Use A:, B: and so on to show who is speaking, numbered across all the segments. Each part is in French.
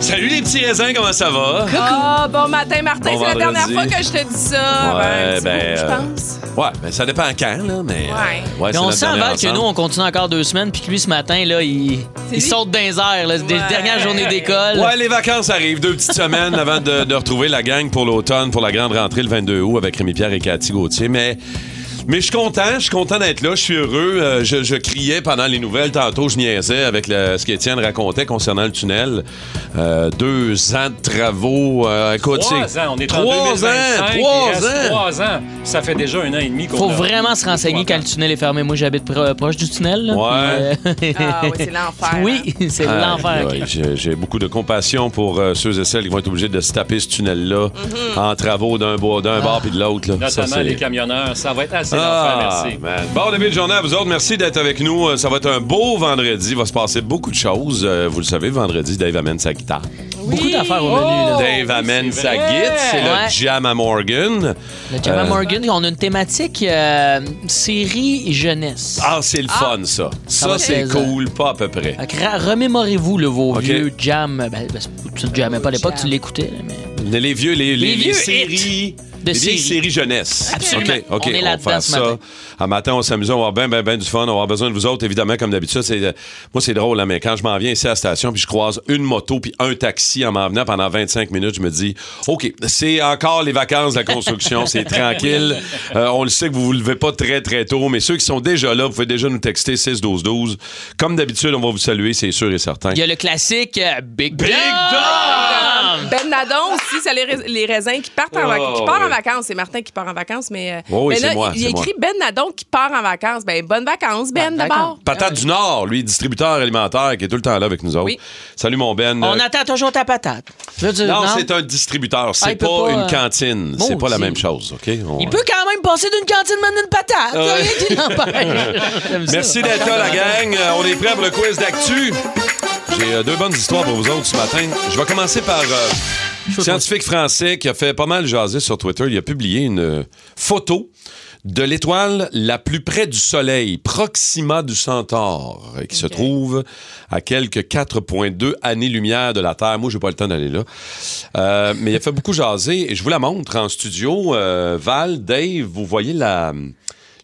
A: Salut les petits raisins, comment ça va?
B: Ah, bon matin, Martin.
A: Bon
B: c'est la dernière
A: vendredi.
B: fois que je te dis ça.
A: Ouais,
B: ben, c'est
A: ben,
B: bon,
A: euh,
B: je pense.
A: Ouais, mais ça dépend quand, là, mais.
B: Ouais.
A: euh, ouais,
C: Puis
A: c'est
C: on
A: notre
C: sent
A: dernière
C: Val que
A: ensemble.
C: nous, on continue encore deux semaines, puis que lui, ce matin, là, il,
B: C'est
C: il
B: lui?
C: saute dans les airs. Là, des
B: Ouais.
C: dernières journées d'école.
A: Ouais, les vacances arrivent. Deux petites semaines avant de, de retrouver la gang pour l'automne, pour la grande rentrée le 22 août avec Rémi-Pierre et Cathy Gauthier. Mais, mais je suis content, je suis content d'être là, je suis heureux. Euh, je, je criais pendant les nouvelles tantôt, je niaisais avec le- ce qu'Étienne racontait concernant le tunnel. Euh, deux ans de travaux. euh, écoute, c'est-
D: Trois ans, on est en
A: trois
D: 2025,
A: ans,
D: il
A: trois
D: reste
A: ans.
D: trois ans. Ça fait déjà un an et demi qu'on
C: Faut
D: a-
C: vraiment se renseigner quand le tunnel est fermé. Moi, j'habite pro- proche du tunnel. là,
A: Ouais.
C: puis, euh,
B: Ah oui, c'est l'enfer. hein.
C: oui, c'est
A: Ah,
C: l'enfer.
A: ouais, J'ai j'ai beaucoup de compassion pour euh, ceux et celles qui vont être obligés de se taper ce tunnel-là en travaux d'un bo- d'un bord puis de l'autre. là. Ça,
D: Mm-hmm. Ah. Notamment
A: c'est-
D: les camionneurs. Ça va être assez
A: Ah,
D: l'enfer, merci.
A: man. Bon début de journée à vous autres. Merci d'être avec nous. Euh, Ça va être un beau vendredi. Il va se passer beaucoup de choses. Euh, Vous le savez, vendredi, Dave amène sa guitare.
C: Beaucoup d'affaires au menu. là.
A: Dave
D: Oh, oui,
A: amène
D: c'est
A: sa
D: vrai.
A: guitare. C'est
C: Ouais.
A: le jam à Morgan.
C: Le Jama
A: Euh,
C: Morgan, on a une thématique euh, série jeunesse.
A: Ah, c'est le fun, ça.
C: va
A: Ça,
C: être
A: c'est
C: plaisant.
A: cool. Pas à peu près.
C: Fait que ra- Remémorez-vous le vos
A: Ok.
C: vieux jam. Ben, ben, c'est- tu le jammais pas à l'époque, tu l'écoutais. là, Mais...
A: Les vieux, les, les,
C: Les vieux
A: les séries.
C: De
A: les vieilles
C: séries.
A: séries jeunesse.
C: Absolument.
A: OK, OK,
C: On est
A: on, va
C: là-dedans
A: faire
C: ce
A: ça.
C: matin.
A: À matin, on s'amuse, on va avoir bien, bien, bien du fun. On va avoir besoin de vous autres, évidemment, comme d'habitude. C'est, euh, moi, c'est drôle, là, mais quand je m'en viens ici à la station, puis je croise une moto, puis un taxi en m'en venant pendant 25 minutes, je me dis, OK, c'est encore les vacances de la construction, c'est tranquille. Euh, on le sait que vous vous levez pas très, très tôt, mais ceux qui sont déjà là, vous pouvez déjà nous texter 6-12-12. Comme d'habitude, on va vous saluer, c'est sûr et certain.
C: Il y a le classique euh, Big,
A: Big
C: Dog!
B: Ben Nadon aussi, c'est les, rais- les raisins qui partent en,
A: Oh,
B: vac- qui partent en
A: oui.
B: vacances. C'est Martin qui part en vacances, mais. euh,
A: Oh, oui,
B: ben
A: c'est moi,
B: il, il
A: c'est
B: écrit Ben Nadon qui part en vacances. Ben, bonnes vacances, Ben,
C: Bonnes
B: d'abord.
C: vacances.
A: Patate du Nord, lui, distributeur alimentaire, qui est tout le temps là avec nous autres.
B: Oui.
A: Salut, mon Ben.
C: On
A: Euh,
C: attend toujours ta patate. Je veux dire,
A: Non,
C: non.
A: c'est un distributeur. C'est
C: il peut
A: pas,
C: pas,
A: une
C: euh,
A: cantine. C'est pas la
C: maudit.
A: même chose, OK? On-
C: Il peut quand même passer d'une cantine à une patate.
A: Ouais.
C: Rien qui
A: Merci d'être là, la gang. Euh, on est prêt pour le quiz d'actu. J'ai euh, deux bonnes histoires pour vous autres ce matin. Je vais commencer par euh, scientifique français qui a fait pas mal jaser sur Twitter. Il a publié une euh, photo de l'étoile la plus près du Soleil, Proxima du Centaure, euh, qui se trouve à quelques 4,2 années-lumière de la Terre. Moi, j'ai pas le temps d'aller là. Euh, mais il a fait beaucoup jaser. Et je vous la montre en studio. Euh, Val, Dave, vous voyez la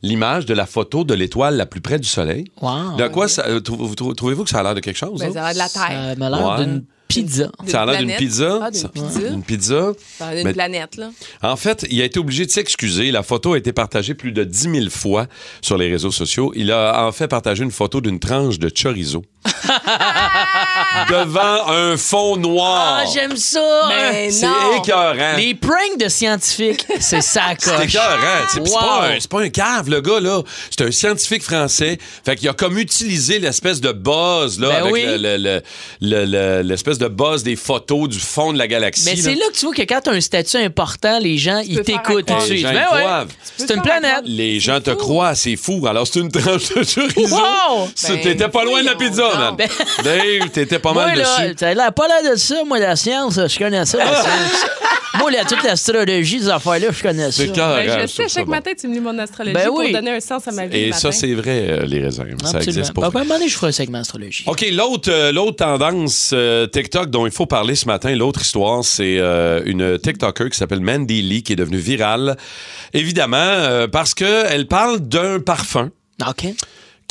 A: l'image de la photo de l'étoile la plus près du Soleil.
C: Wow.
A: De quoi ça- euh, trou- vous trou- trouvez-vous que ça a l'air de quelque chose?
B: Ben,
A: autres?
B: ça a de la terre.
C: Ça m'a l'air
A: Ouais.
C: d'une pizza.
B: d'une
A: ça a l'air d'une
B: planète.
A: pizza.
B: Ah, d'une
A: Ça-
B: pizza.
A: Une pizza.
B: Ça a l'air d'une
A: Mais-
B: planète, là.
A: En fait, il a été obligé de s'excuser. La photo a été partagée plus de 10 000 fois sur les réseaux sociaux. Il a en fait partagé une photo d'une tranche de chorizo devant un fond noir.
C: Ah, j'aime ça!
B: Mais
A: C'est
B: non.
A: écœurant.
C: Les pranks de scientifiques, c'est ça,
A: C'est
C: coche.
A: écœurant, tu sais, pis C'est pas,
C: Wow.
A: un- c'est pas un cave, le gars, là. C'est un scientifique français. Fait qu'il a comme utilisé l'espèce de buzz, là,
C: Ben
A: avec
C: oui.
A: le- le- le- le- le- l'espèce de buzz des photos du fond de la galaxie.
C: Mais Ben, c'est là que tu vois que quand t'as un statut important, les gens, ils
B: peux faire
C: t'écoutent tout de
B: accroire.
A: Les
C: suite.
A: gens
C: Ben
A: y
C: ouais.
A: croient.
C: C'est
B: peux
C: une
B: faire
C: planète.
B: accroire.
A: Les gens te croient, c'est fou. Alors, c'est une tranche de chorizo.
C: Wow!
A: C'est-
B: Ben,
A: T'étais pas loin de la
B: voyons
A: pizza,
B: donc.
A: man. Dave, t'étais pas mal
C: Ben. moi, là,
A: dessus.
C: t'as l'air- pas l'air de ça, moi, la science, je connais ça, la science. moi, là, toute l'astrologie, ces affaires-là, je connais ça.
A: C'est écœurant,
B: Ben,
A: je
B: je le
A: trouve
B: sais,
A: ça
B: chaque
A: bon.
B: matin, tu me lis mon astrologie
C: Ben
B: pour
C: oui.
B: donner un sens à ma vie.
A: Et
B: le
A: ça,
B: matin.
A: c'est vrai, euh, les raisins. Ça existe
C: Pas
A: pas.
C: Ah, ben, un moment donné, je ferai un segment astrologie.
A: OK, l'autre euh, l'autre tendance euh, TikTok dont il faut parler ce matin, l'autre histoire, c'est euh, une TikToker qui s'appelle Mandy Lee qui est devenue virale, évidemment, euh, parce qu'elle parle d'un parfum
C: OK.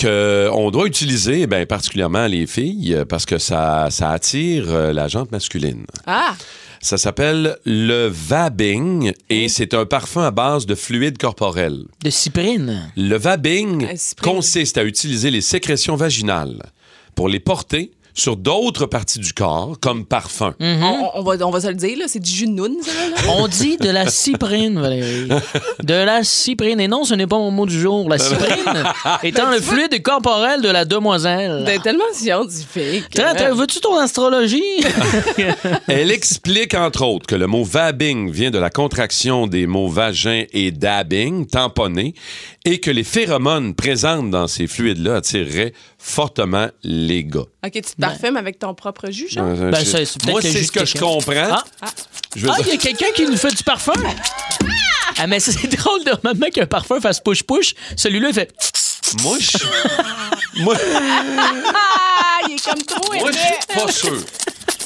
A: qu'on doit utiliser, ben, particulièrement les filles, euh, parce que ça, ça attire euh, la jante masculine.
B: Ah,
A: Ça s'appelle le vabbing et c'est un parfum à base de fluide corporel.
C: De cyprine.
A: Le vabbing
B: Un spray.
A: consiste à utiliser les sécrétions vaginales pour les porter sur d'autres parties du corps comme parfum.
C: Mm. Mm-hmm.
B: on, on va, on va se le dire, là. C'est du jus de noun, ça, là.
C: On dit de la cyprine, Valérie. De la cyprine. Et non, ce n'est pas mon mot du jour. La cyprine étant le fluide corporel de la
B: T'es
C: demoiselle.
B: tellement scientifique.
C: Très, très- Veux-tu ton astrologie?
A: Elle explique entre autres que le mot vabbing vient de la contraction des mots vagin et dabbing, tamponné, et que les phéromones présentes dans ces fluides-là attireraient fortement les gars.
B: OK, tu te parfumes avec ton propre jus, genre?
A: Euh,
C: Ben,
A: je-
C: ça, c'est peut-être
A: moi,
C: que
A: c'est
C: juste
A: ce que je
C: quelqu'un.
A: comprends.
C: Ah.
A: Je veux
C: Ah, il
A: dire-
C: y a quelqu'un qui nous fait du parfum. Ah, mais c'est drôle de maintenant qu'un parfum fasse push-push. Celui-là, il fait.
A: moi, je- moi,
B: Ah, il est comme trop
A: moi, je
B: épais.
A: suis pas sûr.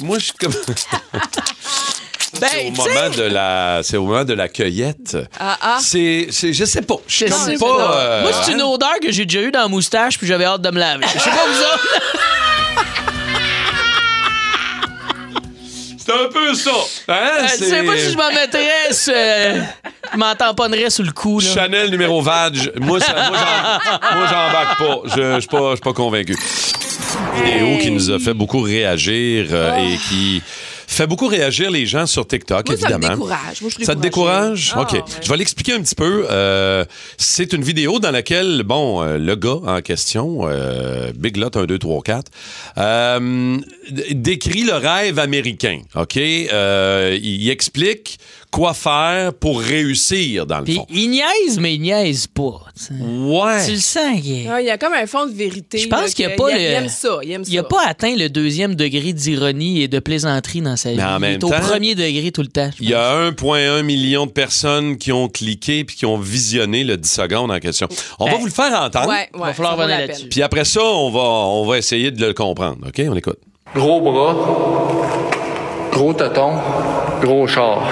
A: Moi, je suis comme. c'est au
C: Ben, tu sais,
A: moment de la, c'est au moment de la cueillette.
B: Ah, ah.
A: C'est, c'est- je sais pas. Je suis
C: je
A: comme
C: sais
A: pas. euh,
C: Moi, c'est une odeur que j'ai déjà eue dans la moustache, puis j'avais hâte de me laver. Je sais pas vous autres.
A: c'est un peu ça. Hein,
C: Je
A: c'est-
C: sais Euh, pas si je m'en mettrais. euh, Je m'en tamponnerais sur le cou. Là.
A: Chanel numéro Vage. Moi, ça, moi, j'en- moi, j'embarque pas. Je je suis pas, je suis pas convaincu. Vidéo qui nous a fait beaucoup réagir euh,
C: Ah.
A: et qui fait beaucoup réagir les gens sur TikTok,
B: Moi, ça me
A: évidemment.
B: décourage. Moi, je suis
A: Ça te décourage? OK.
B: découragée. Ah, ouais.
A: Je vais l'expliquer un petit peu. Euh, c'est une vidéo dans laquelle, bon, euh, le gars en question, euh, Big Lot 1, 2, 3, 4, euh, d- décrit le rêve américain. OK? Euh, il explique quoi faire pour réussir, dans le
C: Puis
A: fond.
C: il niaise, mais il niaise pas. tu sais.
A: Ouais.
C: Tu le sens, il
B: Ah, il y a comme un fond de vérité.
C: Je pense
B: là,
C: qu'il y a
B: que-
C: pas
B: il a-
C: le-
B: Il aime ça, il aime ça.
C: Il n'a pas atteint le deuxième degré d'ironie et de plaisanterie dans sa vie.
A: en
C: Il
A: même
C: est au
A: temps,
C: premier degré tout le temps. je
A: Il y a 1,1 million de personnes qui ont cliqué puis qui ont visionné le 10 secondes en question. On va
C: Ben,
A: vous le faire entendre.
B: Ouais, ouais.
C: va falloir
B: ça vaut
C: revenir
B: la
C: là-dessus.
B: peine.
A: Puis après ça, on va, on va essayer de le comprendre. OK? On écoute.
D: Gros bras, gros tonton, gros char.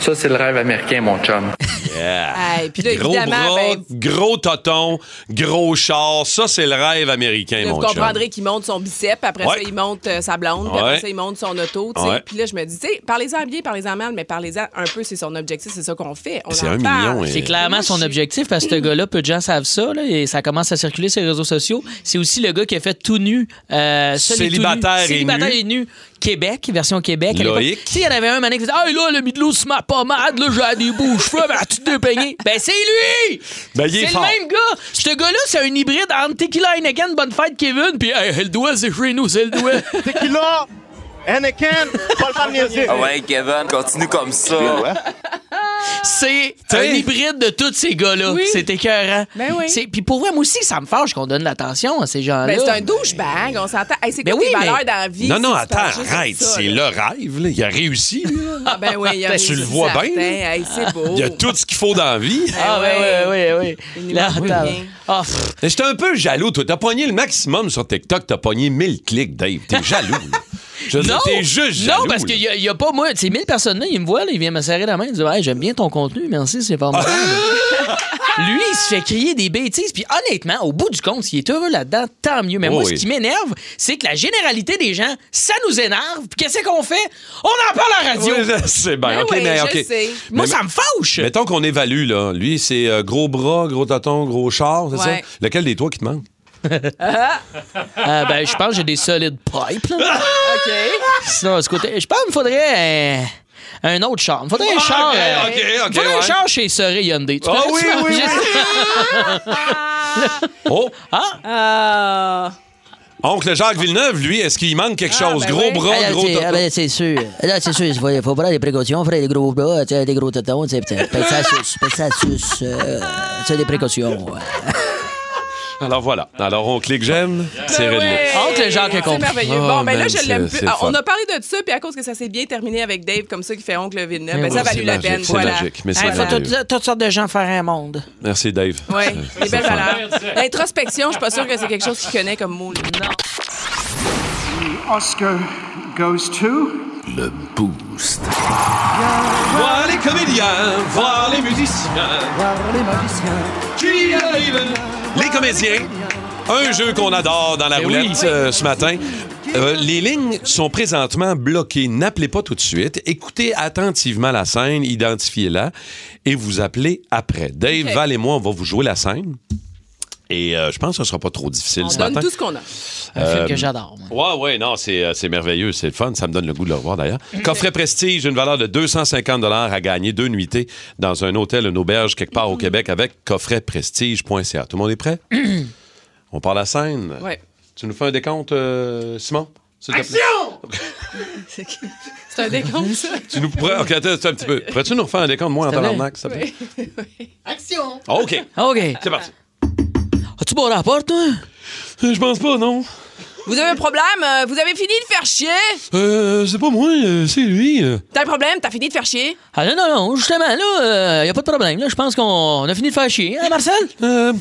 D: Ça, c'est le rêve américain, mon chum.
B: Ah, et puis là,
A: Gros
B: évidemment,
A: bras,
B: ben,
A: gros toton, gros char. Ça, c'est le rêve américain,
B: Là,
A: mon
B: vous
A: chum.
B: comprendrez qu'il monte son bicep, après
A: Ouais.
B: ça, il monte euh, sa blonde, puis
A: Ouais.
B: après ça, il monte son auto. tu sais.
A: Ouais.
B: Puis là, je me dis, tu sais, parlez-en bien, parlez-en mal, mais parlez-en un peu, c'est son objectif, c'est ça qu'on fait. On
A: C'est
B: en
A: un
B: parle.
A: million,
C: C'est
A: Euh,
C: clairement
B: moi,
C: son
B: je-
C: objectif parce que ce gars-là, peu de gens savent ça, là, et ça commence à circuler sur les réseaux sociaux. C'est aussi le gars qui a fait tout nu, euh, seul et tout nu,
A: Célibataire et
C: célibataire
A: nu.
C: et nu, Québec, version Québec. à
A: Loïc.
C: l'époque. Tu sais, il y en avait un mané qui disait Ah, là, elle a mis de l'eau sur ma pommade, là, j'ai des beaux cheveux, ben, tu dépeignée. Ben, c'est lui
A: Ben, il est
C: C'est le
A: fort.
C: même gars. Ce gars-là, c'est un hybride entre Tequila Heineken, Bonne Fête, Kevin, puis hey, elle doit, c'est chez nous, c'est le doigt.
E: Tequila, Anakin, pas le temps de niaiser.
F: Ah Ouais, Kevin, continue comme ça.
C: C'est un
A: T'sais.
C: hybride de tous ces gars-là.
B: Oui.
C: C'est écœurant.
B: Ben oui.
C: C'est- Puis pour vrai, moi aussi, ça me fâche qu'on donne l'attention à ces gens-là.
B: Ben, c'est un douchebag, on s'entend. Hey, c'est quoi
C: Ben oui,
B: tes
C: mais-
B: valeurs dans la vie?
A: Non, non,
B: si tu parles
A: attends,
B: juste
A: arrête.
B: de ça,
A: C'est
B: là?
A: le rêve, là. Il a réussi, là.
B: Ah, ben oui, il y a
A: Tu le
B: réussi,
A: vois bien,
B: certain.
A: là.
B: Hey, c'est beau.
A: Il a tout ce qu'il faut dans la vie.
C: Ah,
B: Oh. Ah
C: ouais, oui, oui, oui.
B: Il
C: Là,
B: nous manque
C: attends.
B: rien.
C: Ah, pff,
A: Mais J'étais un peu jaloux, toi. T'as pogné le maximum sur TikTok, t'as pogné 1000 clics, Dave. T'es jaloux. là. Je veux dire,
C: non!
A: t'es juste jaloux.
C: non, parce
A: là.
C: qu'il y, a- y a pas moi. Ces 1000 personnes-là, ils me voient, là, ils viennent me serrer la main, ils disent Hey, J'aime bien ton contenu, merci, c'est formidable.
A: Ah!
C: Lui, il se fait crier des bêtises. Puis honnêtement, au bout du compte, s'il est heureux là-dedans, tant mieux. Mais
A: Oh
C: moi,
A: oui.
C: ce qui m'énerve, c'est que la généralité des gens, ça nous énerve. Puis qu'est-ce qu'on fait? On en parle à la radio.
A: Oui, je sais bien.
B: Ben
A: OK,
B: oui,
A: mais
B: je
A: OK.
B: sais.
C: Moi,
A: Mais-
C: ça me fâche.
A: Mettons qu'on évalue, là. Lui, c'est euh, gros bras, gros tonton, gros char, c'est
B: Ouais.
A: ça? Lequel des trois qui te manque?
C: Euh, ben, je pense que j'ai des solides pipes. Là.
B: OK.
C: Sinon, ce côté, je pense qu'il me faudrait euh, un autre char. Il me faudrait un
A: Ah,
C: char.
A: ok,
C: euh,
A: ok, ok,
C: il me faudrait
A: ouais.
C: un char chez Soré Hyundai. Tu
A: Ah
C: connais
A: oui,
C: ça?
A: oui, Oh!
B: Ah,
A: Oncle Jacques Villeneuve, lui, est-ce qu'il manque quelque chose?
B: ben
A: gros
B: oui.
A: bras,
G: Ah, là,
A: gros
G: c'est- ah,
A: tonton.
G: ben, c'est sûr. Là, c'est sûr, il faut, faut prendre des précautions, faire des gros bras, tu sais, des gros tontons, tu sais, tu sais, penser à sus, penser à sus, euh, tu sais, des précautions. ouais.
A: Alors voilà. Alors on clique j'aime,
B: Ben
A: c'est réglé.
C: Oncle Jacques a
B: Ah C'est
C: compris.
B: merveilleux.
A: Oh,
B: Bon,
A: man,
B: ben là, je l'aime
A: c'est-
B: plus.
A: c'est
B: Ah,
A: fun.
B: on a parlé de ça, puis à cause que ça s'est bien terminé avec Dave, comme ça, qui fait oncle Villeneuve, ben,
C: oui,
B: ça a
A: c'est
B: valu la
A: magique,
B: peine.
A: c'est
B: Voilà.
A: magique, mais
C: Il
A: c'est
C: faut
A: merveilleux.
C: toutes, toutes sortes de gens faire un monde.
A: Merci Dave. Euh,
B: Oui,
A: C'est-
B: les
A: c'est
B: belles
A: fun.
B: valeurs. L'introspection, je suis pas sûre que c'est quelque chose qu'il connaît comme mot. là.
E: Oscar goes to.
A: Voir les comédiens, voir les musiciens, qui arrivent. Les comédiens, un jeu qu'on adore dans la
C: Eh
A: roulette
C: oui.
A: euh, ce matin. Euh, les lignes sont présentement bloquées. N'appelez pas tout de suite. Écoutez attentivement la scène, identifiez-la et vous appelez après. Dave,
B: Ok.
A: Val et moi, on va vous jouer la scène. Et euh, je pense que ce sera pas trop difficile
B: On
A: ce
B: donne
A: matin.
B: tout ce qu'on a.
C: Un film
A: Euh,
C: que j'adore. moi.
A: Ouais, ouais, non, c'est euh, c'est merveilleux, c'est le fun, ça me donne le goût de le revoir d'ailleurs. Coffret Prestige, une valeur de 250 à gagner deux nuitées dans un hôtel, une auberge quelque part au Québec avec coffretprestige.ca. Tout le monde est prêt? On part la scène?
B: Ouais.
A: Tu nous fais un décompte, euh, Simon? s'il te plaît?
B: C'est un décompte, ça.
A: Tu nous pourrais... OK, attends, attends un petit peu. Pourrais-tu nous refaire un décompte, moi, en
C: S'il te plaît.
A: tabarnak, s'il te plaît? Action! OK,
C: OK.
A: c'est parti.
C: As-tu barré la porte, toi?
A: Euh, Je pense pas, non.
B: Vous avez un problème? euh, Vous avez fini de faire chier?
A: Euh, c'est pas moi, euh, c'est lui. euh.
B: T'as un problème? T'as fini de faire chier?
C: Ah non, non, non, justement, là, il n'y a pas de problème. Là, je pense qu'on on a fini de faire chier, hein, Marcel?
A: Euh,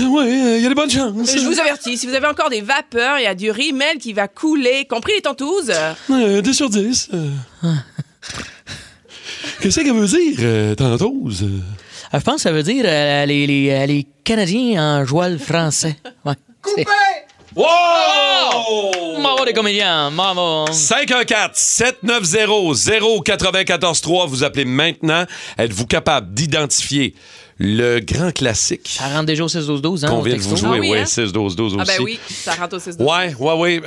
A: ouais, euh, il y a des bonnes chances.
B: Je vous avertis, si vous avez encore des vapeurs, il y a du rimel qui va couler, compris les Ah tentouses.
A: Euh, 10 sur 10. euh. Qu'est-ce qu'elle veut dire, euh, tantôt? euh?
C: Ah, je pense que ça veut dire euh, les, les, euh, les Canadiens en jouant le français. Ouais. Coupé! Wow! Bravo les comédiens, bravo!
A: 514-790-0943. Vous appelez maintenant. Êtes-vous capable d'identifier le grand classique
C: Ça rentre déjà au 6-12-12, hein?
A: qu'on
C: au
A: vient de
C: texto.
A: vous jouer?
B: Ah oui,
A: oui,
B: hein?
A: 6-12-12 aussi.
B: Ah ben oui, ça rentre au 6
A: Ouais, ouais, oui.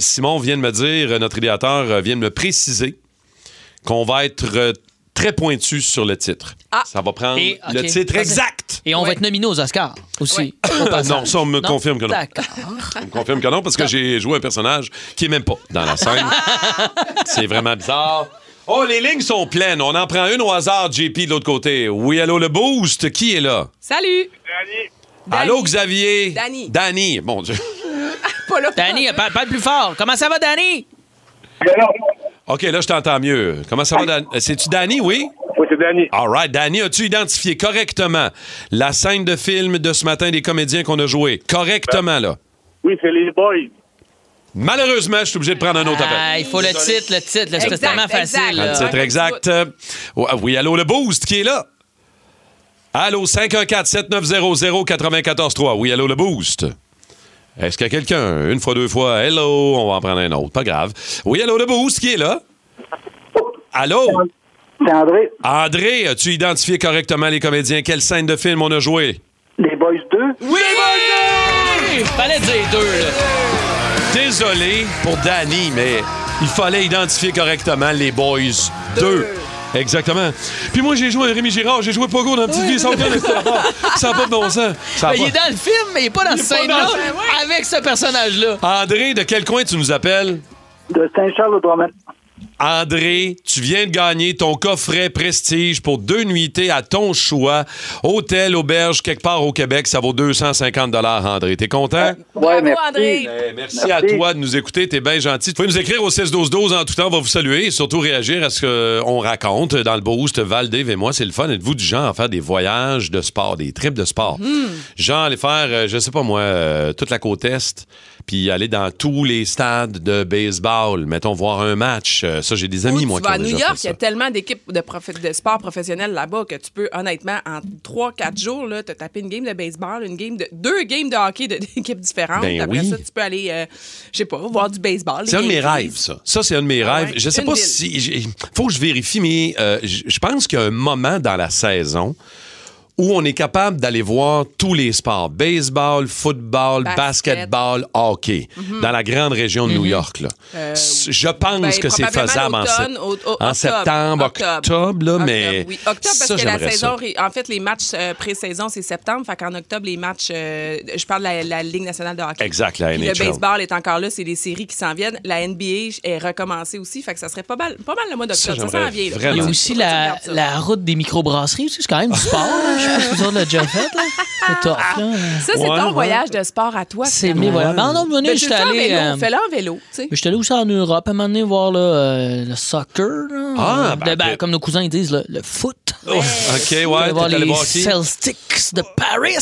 A: Simon vient de me dire, euh, notre idéateur euh, vient de me préciser qu'on va être euh, très pointu sur le titre.
B: Ah.
A: Ça va prendre
C: Et, ok.
A: le titre
C: Parfait.
A: exact.
C: Et on va
B: Ouais.
C: être nominés aux Oscars aussi.
A: non, ça, on me confirme que non.
C: D'accord.
A: On me confirme que non, parce que j'ai joué un personnage qui est même pas dans la scène. C'est vraiment bizarre. Oh, les lignes sont pleines. On en prend une au hasard, JP, de l'autre côté. Oui, allô, le boost. Qui est là?
B: Salut! Danny.
A: Allô, Xavier.
B: Danny.
A: Danny. Mon Dieu.
B: Pas là.
C: Danny, euh, parle, parle plus fort. Comment ça va, Danny?
A: OK, là, je t'entends mieux. Comment ça va, Dan- C'est-tu Danny, oui?
D: Oui, c'est Danny.
A: All right, Danny, as-tu identifié correctement la scène de film de ce matin des comédiens qu'on a joué? Correctement,
D: Ben.
A: là.
D: Oui, c'est les boys.
A: Malheureusement, je suis obligé de prendre un autre
C: Ah,
A: appel.
C: il faut le titre, le titre. là, C'est
B: Exact,
C: tellement facile.
B: exact.
A: Le
C: là.
A: titre exact. euh, ouais, Oui, allô, le boost qui est là. Allô, 514-7900-943. Oui, allô, le boost. Est-ce qu'il y a quelqu'un? Une fois, deux fois, hello, on va en prendre un autre. Pas grave. Oui, allô, le boost qui est là. Allô?
D: C'est André.
A: André, as-tu identifié correctement les comédiens? Quelle scène de film on a joué?
D: Les boys 2.
C: Oui, bonjour! Fallait dire deux, là.
A: Désolé pour Danny, mais il fallait identifier correctement les Boys 2. Exactement. Puis moi, j'ai joué un Rémi Girard, j'ai joué Pogo dans Petite Vie sans aucun espoir. Ça n'a pas de Ah, bon sens. Ça a
C: Ben, il est
A: pas-
C: dans le film, mais il n'est pas dans cette
A: pas
C: scène-là
A: dans-
C: avec ce personnage-là.
A: Ah, André, de quel coin tu nous appelles?
D: De Saint-Charles au Drummond.
A: André, tu viens de gagner ton coffret prestige pour deux nuitées à ton choix. Hôtel, auberge, quelque part au Québec, ça vaut 250 André. T'es
C: Euh,
A: content?
D: Ouais,
B: Bravo,
D: merci.
B: André.
A: Eh, merci,
D: Merci.
A: à toi de nous écouter, t'es bien gentil. Vous pouvez nous écrire au 16-12-12 en tout temps, on va vous saluer et surtout réagir à ce qu'on raconte dans le boost. Val, Dave et moi, c'est le fun. Êtes-vous du genre à faire des voyages de sport, des trips de sport?
B: Hmm.
A: Genre aller faire, euh, je sais pas moi, euh, toute la côte Est, puis aller dans tous les stades de baseball, mettons voir un match. Euh, ça, j'ai des
B: Ou
A: amis,
B: tu
A: moi, qui
B: vas
A: ont
B: à
A: déjà
B: New
A: fait
B: York, il y
A: ça.
B: a tellement d'équipes de, prof- de sport professionnel là-bas que tu peux, honnêtement, en 3-4 jours, là, te taper une game de baseball, une game de, deux games de hockey de- d'équipes différentes.
A: Ben
B: Après
A: oui.
B: ça, tu peux aller, euh, je sais pas, voir du baseball.
A: C'est un de mes
B: des games.
A: rêves, ça. Ça, c'est un de mes
B: Ah ouais?
A: rêves. Je sais
B: Une
A: pas
B: ville.
A: si. j'ai- Faut que je vérifie, mais euh, j- je pense qu'il y a un moment dans la saison où on est capable d'aller voir tous les sports baseball, football,
B: Basket. Mhm.
A: basketball, hockey, dans la grande région de New York. Là.
B: Euh,
A: S- je pense
B: ben,
A: que c'est
B: probablement
A: faisable en, sept-
B: l'automne, au- au-
A: en
B: octobre,
A: septembre, octobre, là, mais.
B: oui. Octobre, parce
A: ça,
B: que la
A: j'aimerais ça.
B: saison, ré- en fait, les matchs euh, pré-saison, c'est septembre. Fait qu'en octobre, les matchs, euh, je parle de la, la Ligue nationale de hockey.
A: Exact, la
B: Puis
A: NHL.
B: Le baseball est encore là, c'est des séries qui s'en viennent. La NBA est recommencée aussi, fait que ça serait pas mal, pas mal le mois
A: Ça,
B: d'octobre. Ça,
A: j'aimerais
B: s'en vient. là.
A: vraiment.
C: Il y a aussi la,
B: Regarde ça.
C: la route des microbrasseries, aussi, c'est quand même du sport. là. Je pense que vous autres l'avez déjà fait. là. C'est tough. là.
B: Ça, c'est
A: Ouais,
B: ton
A: ouais.
B: voyage de sport à toi.
C: C'est
B: finalement.
C: mieux. Voilà. Ben, non, venez,
B: Ben,
C: je
B: tu
C: suis
B: le fais en
C: allé.
B: vélo,
C: euh,
B: Fais-le en vélo, tu sais.
C: Je suis allé aussi en Europe, à un moment donné, voir là, euh, le soccer. là.
A: Ah, ben,
C: De- ben,
A: après-
C: comme nos cousins ils disent, le, le foot.
A: Oh, OK,
C: Je suis allé
A: ouais,
C: voir
A: t'es allé
C: les
A: voir qui?
C: Celtics de Paris.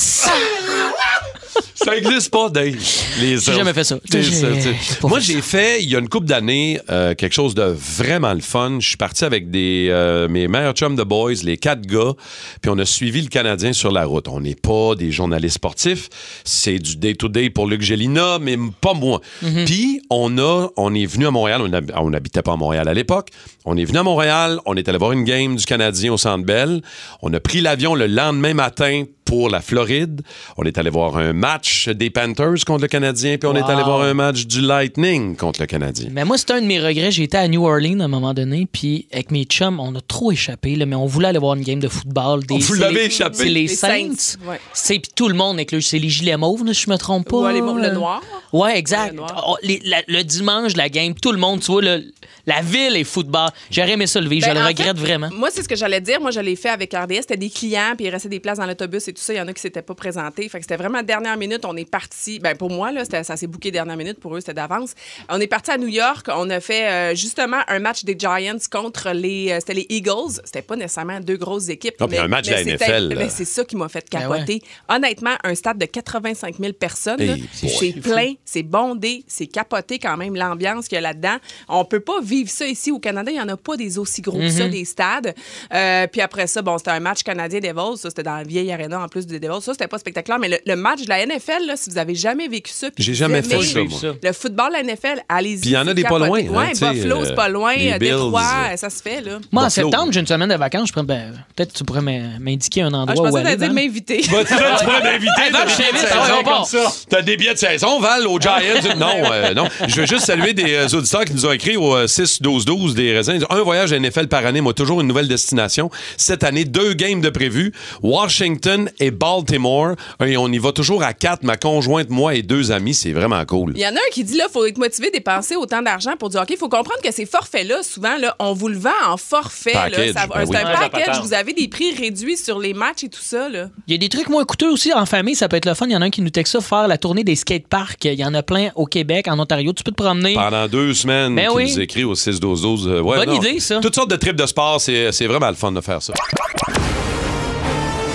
A: Ça existe pas, Dave. Les
C: J'ai jamais fait ça.
A: Les
C: J'ai-
A: Celtics.
C: j'ai pas
A: Moi,
C: fait
A: j'ai fait, il y a une couple d'années, euh, quelque chose de vraiment le fun. Je suis parti avec des, euh, mes meilleurs chums de boys, les quatre gars, puis on a suivi le Canadien sur la route. On n'est pas des journalistes sportifs. C'est du day-to-day pour Luc Gélina, mais m- pas moi.
C: Mhm.
A: Puis, on, a, on est venu à Montréal. On hab- On n'habitait pas à Montréal à l'époque. On est venu à Montréal. On est allé voir une game du Canadien au Centre Bell. On a pris l'avion le lendemain matin pour la Floride. On est allé voir un match des Panthers contre le Canadien, puis on est allé
C: Wow.
A: voir un match du Lightning contre le Canadien.
C: Mais moi, c'est un de mes regrets. J'étais à New Orleans à un moment donné, puis avec mes chums, on a trop échappé, là, mais on voulait aller voir une game de football. Des,
A: Vous
C: c'est
A: l'avez
C: les-
A: échappé.
C: C'est les
B: Les
C: Saints.
B: Saints, ouais.
C: C'est puis tout le monde avec le, c'est les gilets mauves, là, je me trompe pas.
B: Ou aller voir
C: là.
B: le noir.
C: Ouais, exact.
B: Le noir.
C: Oh, les- la- le dimanche, la game, tout le monde, tu vois, le- la ville est football. J'aurais aimé ça le vivre,
B: Ben,
C: je le
B: en
C: regrette
B: fait,
C: vraiment.
B: Moi, c'est ce que j'allais dire. Moi, je l'ai fait avec RDS. C'était des clients, puis il restait des places dans l'autobus et tout ça. Il y en a qui s'étaient pas présentés. Fait que c'était vraiment dernière minute. minute. On est parti. Ben, pour moi, là, c'était- ça s'est bouqué dernière minute. Pour eux, c'était d'avance. On est parti à New York. On a fait euh, justement un match des Giants contre les, euh, c'était les Eagles. C'était pas nécessairement deux grosses équipes.
A: Ah, puis un match de la
B: c'était-
A: NFL, là.
B: mais c'est ça qui m'a fait
C: Ben
B: capoter. Honnêtement, un stade de 85 000 personnes, là,
A: Hey, boy.
B: c'est plein, c'est bondé, c'est capoté quand même l'ambiance qu'il y a là-dedans. On peut pas vivre ça ici au Canada. Il y en a pas des aussi gros que
A: Mm-hmm.
B: ça, des stades. Euh, puis après ça, bon, c'était un match canadien Devils. Ça, c'était dans la vieille arena en plus des Devils. Ça, c'était pas spectaculaire. Mais le, le match de la NFL, là, si vous avez jamais vécu ça, puis
A: J'ai
B: vous
A: jamais
B: aimez
A: fait ça,
C: vivre
A: moi.
C: ça.
B: Le football, la NFL, allez-y.
A: Puis il y en a
B: c'est
A: des pas
B: capoté.
A: loin, hein,
B: Ouais,
A: tu sais,
B: Buffalo, c'est pas
A: euh,
B: loin.
A: les Bills,
B: Détroit,
A: euh,
B: ça se fait, là.
C: Moi, en
A: Buffalo.
C: septembre, j'ai une semaine de vacances. Je pourrais- ben, Peut-être que tu pourrais m'in- m'indiquer un
B: Ah,
C: endroit
B: je
C: où
B: pensais que
C: aller. hein.
B: t'allais dire
C: Val.
B: m'inviter.
A: Bah, tu vois, tu pourrais m'inviter.
C: Val,
A: t'as des
C: je
A: billets de
C: t'invite,
A: saison.
C: ça va, on part.
A: T'as des billets de saison, Val, aux Giants? Non, euh, non. Je veux juste saluer des euh, auditeurs qui nous ont écrit au euh, 6-12-12 des raisins. Ils disent, Un voyage à NFL par année, moi, toujours une nouvelle destination. Cette année, deux games de prévu, Washington et Baltimore. Et on y va toujours à quatre, ma conjointe, moi et deux amis. C'est vraiment cool.
B: Il y en a un qui dit là, faut être motivé, dépenser autant d'argent pour du hockey. Il faut comprendre que ces forfaits-là, souvent, là, on vous le vend en forfait. là.
A: Package,
B: Ça-
A: ben
B: un-
A: oui.
B: C'est un
D: Ouais, la
B: package.
D: patente.
B: Vous avez des prix réduits sur les matchs et tout ça. Là.
C: Il y a des trucs moins coûteux aussi en famille, ça peut être le fun. Il y en a un qui nous texte ça, faire la tournée des skateparks. Il y en a plein au Québec, en Ontario. Tu peux te promener.
A: Pendant deux semaines,
C: Ben
A: qui
C: oui.
A: nous écrit au 6-12-12. euh, ouais,
C: Bonne
A: non.
C: idée, ça.
A: Toutes sortes de trips de sport, c'est euh, c'est vraiment le fun de faire ça.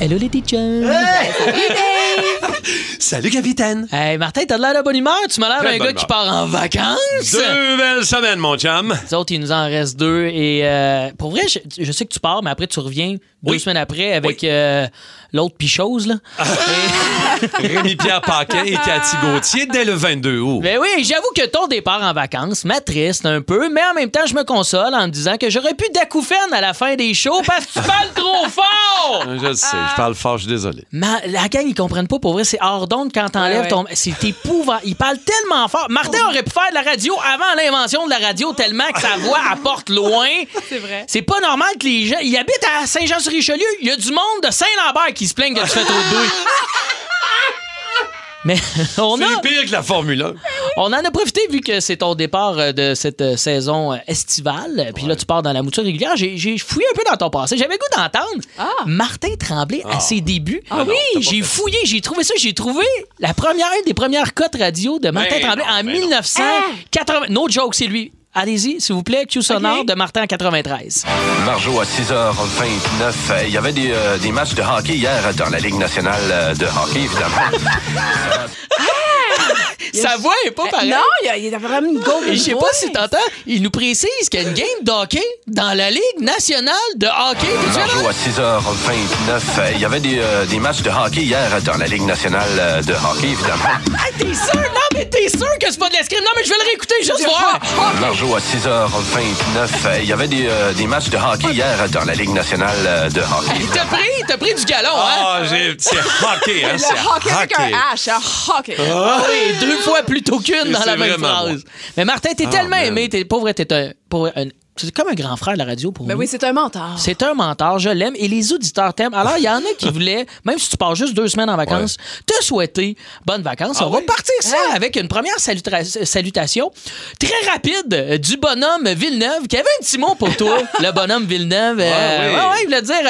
C: Hello les teachers.
A: Salut, capitaine!
C: Hey Martin, t'as de l'air de bonne humeur. Tu m'as l'air
A: Très
C: d'un
A: bonne
C: gars qui
A: humeur.
C: part en vacances.
A: Deux belles semaines, mon chum!
C: Les autres, il nous en reste deux. Et euh, pour vrai, je, je sais que tu pars, mais après, tu reviens deux
A: Oui.
C: semaines après avec euh, l'autre pichose. Là.
A: Rémi-Pierre Paquin et Cathy Gauthier dès le 22 août.
C: Mais Ben oui, j'avoue que ton départ en vacances m'attriste un peu, mais en même temps, je me console en me disant que j'aurais pu d'acouphène à la fin des shows parce que tu parles trop fort!
A: Je le sais, je parle fort, je suis désolé.
C: Ma- la gang, ils comprennent pas. Pour vrai, c'est hors d'onde quand t'enlèves
B: Ouais, ouais.
C: ton. C'est épouvantable. Ils parlent tellement fort. Martin aurait pu faire de la radio avant l'invention de la radio, tellement que sa voix apporte loin.
B: C'est vrai.
C: C'est pas normal que les gens. Ils habitent à Saint-Jean-sur-Richelieu. Il y a du monde de Saint-Lambert qui se plaignent que tu fais trop de bruit. Mais on,
A: C'est
C: a,
A: pire que la Formule 1.
C: on en a profité vu que c'est ton départ euh, de cette euh, saison euh, estivale. Puis là, tu pars dans la mouture régulière. J'ai j'ai fouillé un peu dans ton passé. J'avais le goût d'entendre Martin Tremblay à ses débuts. Ah oui! J'ai fouillé, j'ai trouvé ça. J'ai trouvé la première, une des premières cotes radio de Martin
A: Ben
C: Tremblay
A: non,
C: en
A: ben non.
C: 1980. No joke, c'est lui. Allez-y, s'il vous plaît, Q sonore de Martin en 93.
H: Marjo à 6h29. Euh, Il y avait des, euh, des matchs de hockey hier dans la Ligue nationale euh, de hockey, évidemment.
C: Sa voix est pas pareille.
B: Euh, Ben, Non, il y a- il y a vraiment une
C: Et
B: golden
C: je sais pas
B: voice.
C: si t'entends, il nous précise qu'il y a une game d'hockey dans la Ligue nationale de hockey. T'es-tu
H: Marjo à 6h29. Euh, Il y avait des, euh, des matchs de hockey hier dans la Ligue nationale euh, de hockey, évidemment.
C: Hey, t'es sûr? Non, mais t'es sûr que c'est pas de l'escrime? Non, mais je vais le réécouter juste voir.
H: Marjo à 6h29. Euh, Il y avait des, euh, des matchs de hockey hier dans la Ligue nationale euh, de hockey.
C: Il t'a pris, il t'a pris du galon, hein?
A: Ah, j'ai- c'est hockey, hein? C'est
B: Le hockey avec un
A: hockey.
B: H, un hockey.
C: Ah oui, deux fois plus tôt qu'une dans
A: C'est
C: la même
A: vraiment
C: phrase.
A: moi.
C: Mais Martin, t'es
A: Ah,
C: tellement
A: man.
C: aimé, t'es pauvre, t'es un. pour un- C'est comme un grand frère de la radio pour
B: Ben
C: nous.
B: oui, c'est un mentor.
C: C'est un mentor, je l'aime, et les auditeurs t'aiment. Alors, il y en a qui voulaient, même si tu pars juste deux semaines en vacances, te souhaiter bonnes vacances. On va partir ça avec une première salutra- salutation très rapide euh, du bonhomme Villeneuve, qui avait un petit mot pour toi, le bonhomme Villeneuve. Euh,
A: oui.
C: ouais, ouais, il voulait dire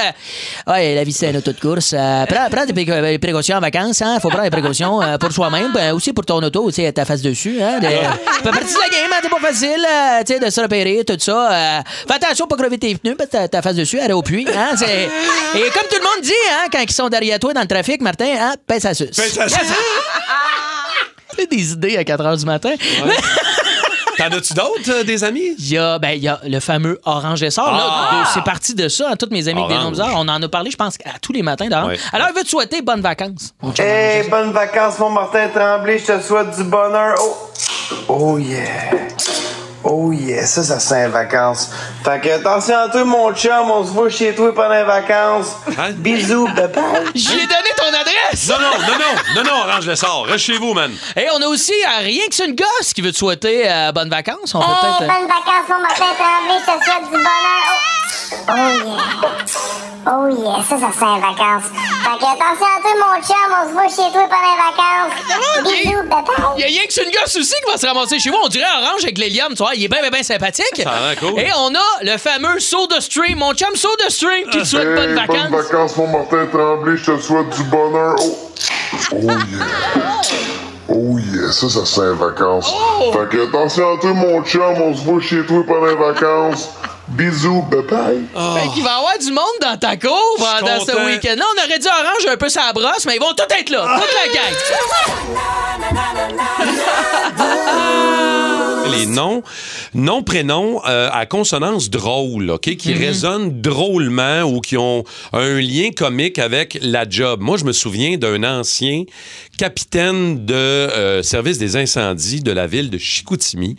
C: euh, Ouais, la vie, c'est un auto de course. Euh, prends, prends des pré- euh, précautions en vacances, hein. Faut prendre des précautions euh, pour toi-même, ben, aussi pour ton auto, tu sais, ta face dessus, hein. De- Fait partie de la game, hein, c'est pas facile, euh, tu sais, de se repérer, tout ça. euh. fais attention pour crever tes pneus, parce que ta, ta face dessus, elle est au puits, hein. c'est- Et comme tout le monde dit, hein, quand ils sont derrière toi dans le trafic, Martin, hein, pèse à sus.
A: Pèse à suce.
C: T'as des idées à 4 h du matin.
A: T'en as-tu d'autres, euh, des amis?
C: Il y a, ben, il y a le fameux Orange Essor. là.
A: Ah!
C: De- C'est parti de ça. à Tous mes amis avec des noms
A: Orange.
C: bizarres, on en a parlé, je pense, à tous les matins d'Orange.
A: Ouais.
C: Alors, il veut te souhaiter bonnes vacances. mon chum.
I: Hey, bonnes vacances, mon Martin Tremblay. Je te souhaite du bonheur. Oh, oh yeah. Oh yeah, ça, ça sent les vacances. Fait que attention à toi, mon chum. On se voit chez toi pendant les vacances.
A: Hein?
I: Bisous, bye bye.
C: Je lui ai donné ton adresse!
A: Non, non, non, non, non, non, Orange le sort. Reste chez vous, man.
C: Et on a aussi euh, rien que c'est une gosse qui veut te souhaiter euh, bonnes vacances. On peut
J: Eh,
C: peut-être. euh,
H: vacances, mon Martin
J: hein,
H: Tremblay. Je te
J: Oh,
H: souhaite du bonheur. Oh yeah. Oh yeah, ça, ça sent les vacances. Fait
J: Fait que attention à toi, mon chum, on se voit chez toi pendant les vacances. Bisous, bye-bye.
C: Il y a rien que c'est une gosse aussi qui va se ramasser chez moi. On dirait orange avec l'hélium, tu vois. Il est bien, bien, bien sympathique.
A: Ça a l'air cool.
C: Et on a le fameux saut de stream. Mon chum, saut de stream. Qui te souhaite
I: Euh,
K: Hey,
C: bonnes vacances.
K: Bonnes vacances, mon Martin Tremblay. Je te souhaite du bonheur. Oh, oh yeah. Oh yeah, ça, ça sent les vacances. Fait que attention à toi, mon chum. On se voit chez toi pendant les vacances. Bisous, bye-bye.
C: Fait qu'il Ben, va y avoir du monde dans ta cour pendant ce
K: content.
C: week-end. Là, on aurait dit orange un peu sa brosse, mais ils vont tous
A: Ah!
C: être là. Toute la gang.
A: Les noms, noms, prénoms euh, à consonance drôle, OK, qui résonnent drôlement ou qui ont un lien comique avec la job. Moi, je me souviens d'un ancien capitaine de euh, service des incendies de la ville de Chicoutimi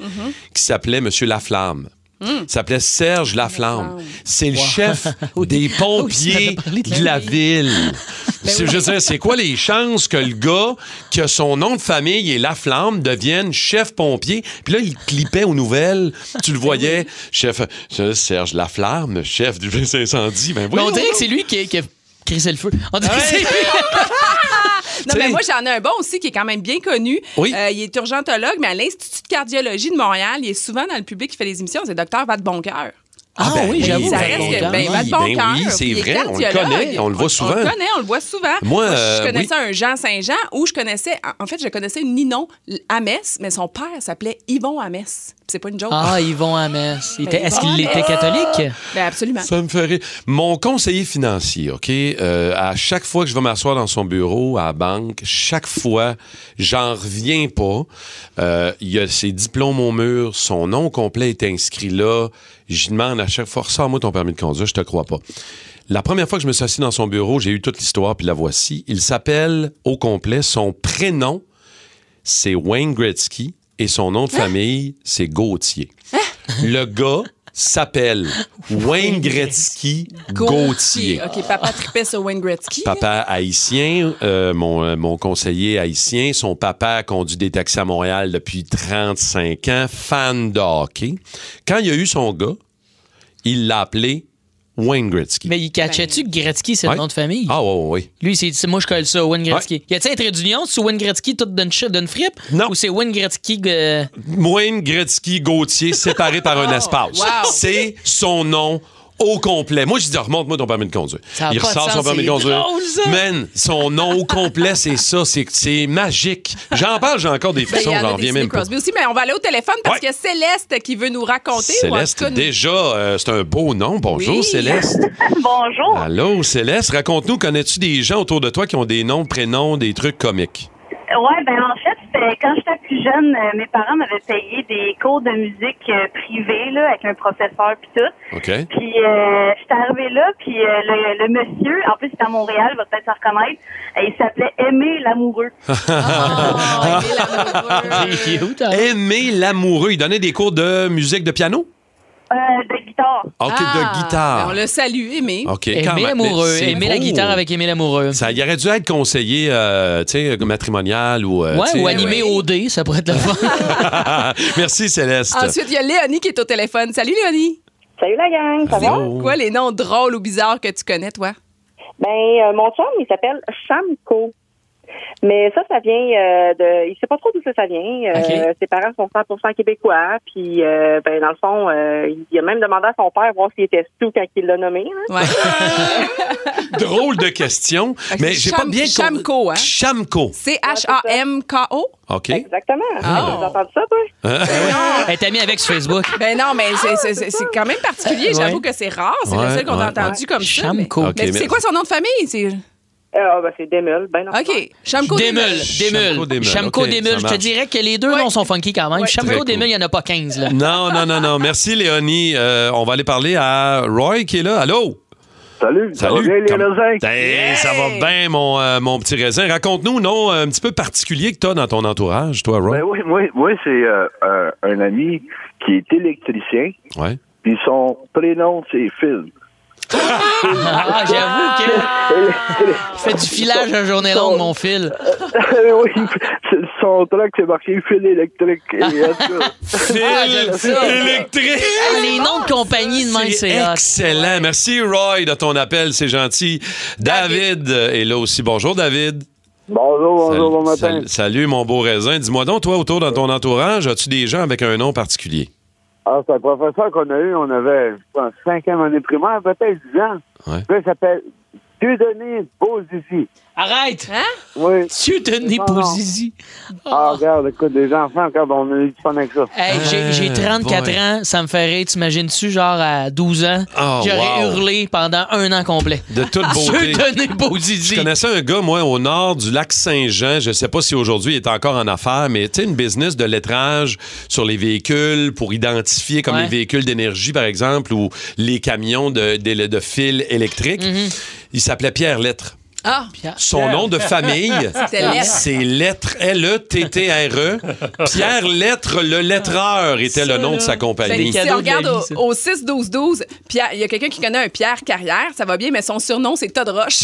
A: qui s'appelait Monsieur Laflamme. Il s'appelait Serge Mhm. Laflamme. Ah C'est le chef des pompiers de, la ville.
C: Ben
A: C'est- Je veux dire, c'est quoi les chances que le gars, que son nom de famille est Laflamme, devienne chef pompier? Puis là, il clippait aux nouvelles. Tu le
C: Ben
A: voyais, chef euh, Serge Laflamme, chef du police incendie. Ben,
C: Mais on
A: voyons
C: dirait
A: donc.
C: que c'est lui qui, qui a crissé le feu. On dirait que c'est
B: Non, mais moi, j'en ai un bon aussi qui est quand même bien connu.
C: Oui.
B: Euh, il est urgentologue, mais à l'Institut de cardiologie de Montréal, il est souvent dans le public qui fait les émissions. C'est docteur Vadeboncoeur.
A: Ah, ben oui, j'avoue,
B: Ça
A: Vadeboncoeur.
B: reste que, ben,
A: Oui,
B: Vadeboncoeur,
A: ben oui, c'est
B: puis il est
A: vrai, on le
B: cardiologue.
A: connaît, on le voit souvent.
B: On le connaît, on le voit souvent.
A: Moi,
B: je
A: euh,
B: connaissais un Jean Saint-Jean où je connaissais, en fait, je connaissais Ninon Hamès, mais son père s'appelait Yvon Hamès. Puis C'est pas une joke.
C: Ah, ils vont à messe. Il était- Est-ce qu'il
B: Yvon
C: était
B: Hamès.
C: catholique?
B: Ben, absolument.
A: Ça me fait rire. Mon conseiller financier, OK, euh, à chaque fois que je vais m'asseoir dans son bureau, à la banque, chaque fois, j'en reviens pas. Euh, il y a ses diplômes au mur, son nom complet est inscrit là. Je demande à chaque fois, sors-moi ton permis de conduire, je te crois pas. La première fois que je me suis assis dans son bureau, j'ai eu toute l'histoire, puis la voici. Il s'appelle au complet, son prénom, c'est Wayne Gretzky et son nom de famille, c'est Gauthier. Le gars s'appelle Ah! Wayne Gretzky Gauthier.
B: OK, papa tripait sur Wayne Gretzky.
A: Papa haïtien, euh, mon, euh, mon conseiller haïtien, son papa conduit des taxis à Montréal depuis 35 ans, fan de hockey. Quand il a eu son gars, il l'a appelé Wayne Gretzky.
C: Mais il cachait-tu que Gretzky, c'est
A: Ouais.
C: le nom de famille?
A: Ah ouais, ouais, ouais.
C: Lui, il s'est dit, moi, je colle ça, Wayne Gretzky. Y a-t-il un trait d'union? C'est Wayne Gretzky, tout d'une chi- d'une frippe? Non. Ou c'est Wayne Gretzky. euh,
A: Wayne Gretzky Gauthier séparé par un espace.
C: wow.
A: C'est son nom au complet. Moi, je dis, remonte-moi ton permis de conduire.
C: Ça a
A: Il
C: pas de
A: ressort
C: sens,
A: son permis
C: c'est
A: de conduire.
C: drôle, ça.
A: Man, son nom au complet, c'est ça. C'est- C'est magique. J'en parle, j'ai encore des
B: Ben, il y
A: frissons,
B: en a
A: j'en
B: des
A: reviens
B: Sidney
A: même pas.
B: Crosby aussi, mais on va aller au téléphone parce qu'il y a Céleste qui veut nous raconter. ou en
A: Céleste,
B: tout cas, nous-
A: déjà, euh, c'est un beau nom. Bonjour,
B: Oui.
A: Céleste.
L: Bonjour.
A: Allô, Céleste. Raconte-nous, connais-tu des gens autour de toi qui ont des noms, prénoms, des trucs comiques?
L: Ouais, ben en fait, c'était- quand j'étais plus jeune, euh, mes parents m'avaient payé des cours de musique euh, privés là, avec un professeur puis tout.
A: OK?
L: Puis euh, j'étais arrivée là, puis euh, le, le monsieur, en plus c'était à Montréal, il va peut-être se reconnaître, euh, il s'appelait Aimé l'amoureux.
A: Euh, Aimer l'amoureux. Il donnait des cours de musique de piano? Ah,
L: Euh, de guitare.
A: OK,
C: Ah,
A: de guitare. Ah,
B: ben, on le salue, Aimé.
A: OK, quand
C: Aimer
A: même.
C: l'amoureux.
A: Mais c'est
C: Aimer la
A: beau.
C: guitare avec Aimer l'amoureux.
A: Ça, il aurait dû être conseiller, euh, tu sais, matrimonial ou. euh, tu
C: ouais,
A: sais,
C: ou animé OD, ça pourrait être le fun.
A: Merci, Céleste.
B: Ensuite, il y a Léonie qui est au téléphone. Salut, Léonie.
L: Salut la gang,
A: ça va?
C: Oh,
B: Quoi les noms drôles ou bizarres que tu connais, toi?
L: Ben, euh, mon chum, il s'appelle Chamco. Mais ça, ça vient euh, de. Il sait pas trop d'où ça, ça vient. Euh, Ses parents sont 100% québécois. Puis, euh, ben, dans le fond, euh, il a même demandé à son père voir s'il était sous quand il l'a nommé. hein.
A: Drôle de question, mais j'ai pas
B: Ah, Cham-
A: bien compris.
B: Chamco, hein?
A: Chamco.
B: C-H-A-M-K-O?
A: OK.
L: Exactement.
A: Ah.
L: Vous entendez ça, toi?
A: Hein?
C: Elle t'a mis avec sur Facebook.
B: Ben non, mais c'est- c'est c'est- c'est quand même particulier. J'avoue
C: Ah, Ouais.
B: que c'est rare. C'est
C: Ouais,
B: le seul qu'on
C: ouais,
B: a entendu
C: ouais.
B: comme ça. Mais,
C: Chamco.
B: mais
C: OK,
B: c'est
C: mais-
B: quoi son nom de famille? C'est-
L: Ah, ben, c'est Demel. Ben, non.
B: OK. Chamco
C: Démule,
A: Chamco
C: démule.
A: Démul,
C: Chamco
A: ok,
C: démule.
A: ça
C: Je te
A: marche.
C: dirais que les deux noms sont funky quand même.
A: Très
C: Chamco démule, il n'y en a pas 15, là.
A: Non, non, non, non. Merci, Léonie. Euh, on va aller parler à Roy qui est là. Allô?
M: Salut. Ça va bien, les
A: Comme-
M: raisins?
A: Hey, Ça va bien, mon, euh, mon petit raisin. Raconte-nous un nom euh, un petit peu particulier que tu as dans ton entourage, toi, Roy.
M: Ben oui, moi, moi c'est euh, un, un ami qui est électricien.
A: Ouais.
M: Puis son prénom, c'est Phil.
C: Ah, j'avoue que. Je fais du filage à journée longue, mon fil.
N: Euh, oui, c'est- son truck, c'est marqué fil électrique. Et, en tout cas,
A: Ah, j'aime ça. électrique.
C: Ah, les noms de compagnie de même, c'est hot.
A: Excellent. Merci, Roy, de ton appel. C'est gentil. David euh, est là aussi. Bonjour, David.
N: Bonjour, bonjour, bon matin.
A: Salut, salut, mon beau raisin. Dis-moi donc, toi, autour dans ton entourage, as-tu des gens avec un nom particulier?
N: Alors, c'est un professeur qu'on a eu, on avait, je pense, 5 ans année primaire, peut-être 10 ans.
A: Ouais.
N: Puis, il s'appelle Denis Bozizi.
C: Arrête!
A: Hein?
N: Oui.
C: Denis
N: Non, non.
C: Bozizi.
N: Ah, regarde, écoute, les enfants, regarde, on a eu du fun avec ça.
C: Hey,
A: Euh,
C: j'ai- j'ai 34 ans, ça me fait rire. T'imagines-tu, genre à 12 ans,
A: Oh,
C: j'aurais
A: wow.
C: hurlé pendant un an complet.
A: De toute beauté. Je connaissais un gars, moi, au nord du lac Saint-Jean. Je sais pas si aujourd'hui il est encore en affaires, mais tu sais, une business de lettrage sur les véhicules pour identifier comme
H: Ouais.
A: les véhicules d'énergie, par exemple, ou les camions de, de, de fil électrique. Il s'appelait Pierre Lettre.
B: Ah!
A: Son nom de famille,
B: C'était Lettre.
A: c'est Lettre, E L-E-T-T-R-E. E. Pierre Lettre, le lettreur, était le nom de sa compagnie.
B: Ben, Si on regarde au, au 6-12-12, Pierre- il y a quelqu'un qui connaît un Pierre Carrière, ça va bien, mais son surnom, c'est Todd Roche.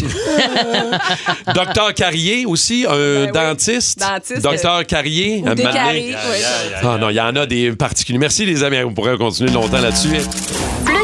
A: Docteur Carrier aussi, un dentiste.
B: Ben Dentiste. euh,
A: Docteur Carrier.
B: Ou
A: un
B: des
A: moment
B: carrés,
A: donné.
B: ouais.
A: Ah non, il y en a des particuliers. Merci les amis, on pourrait continuer longtemps là-dessus.
O: Plus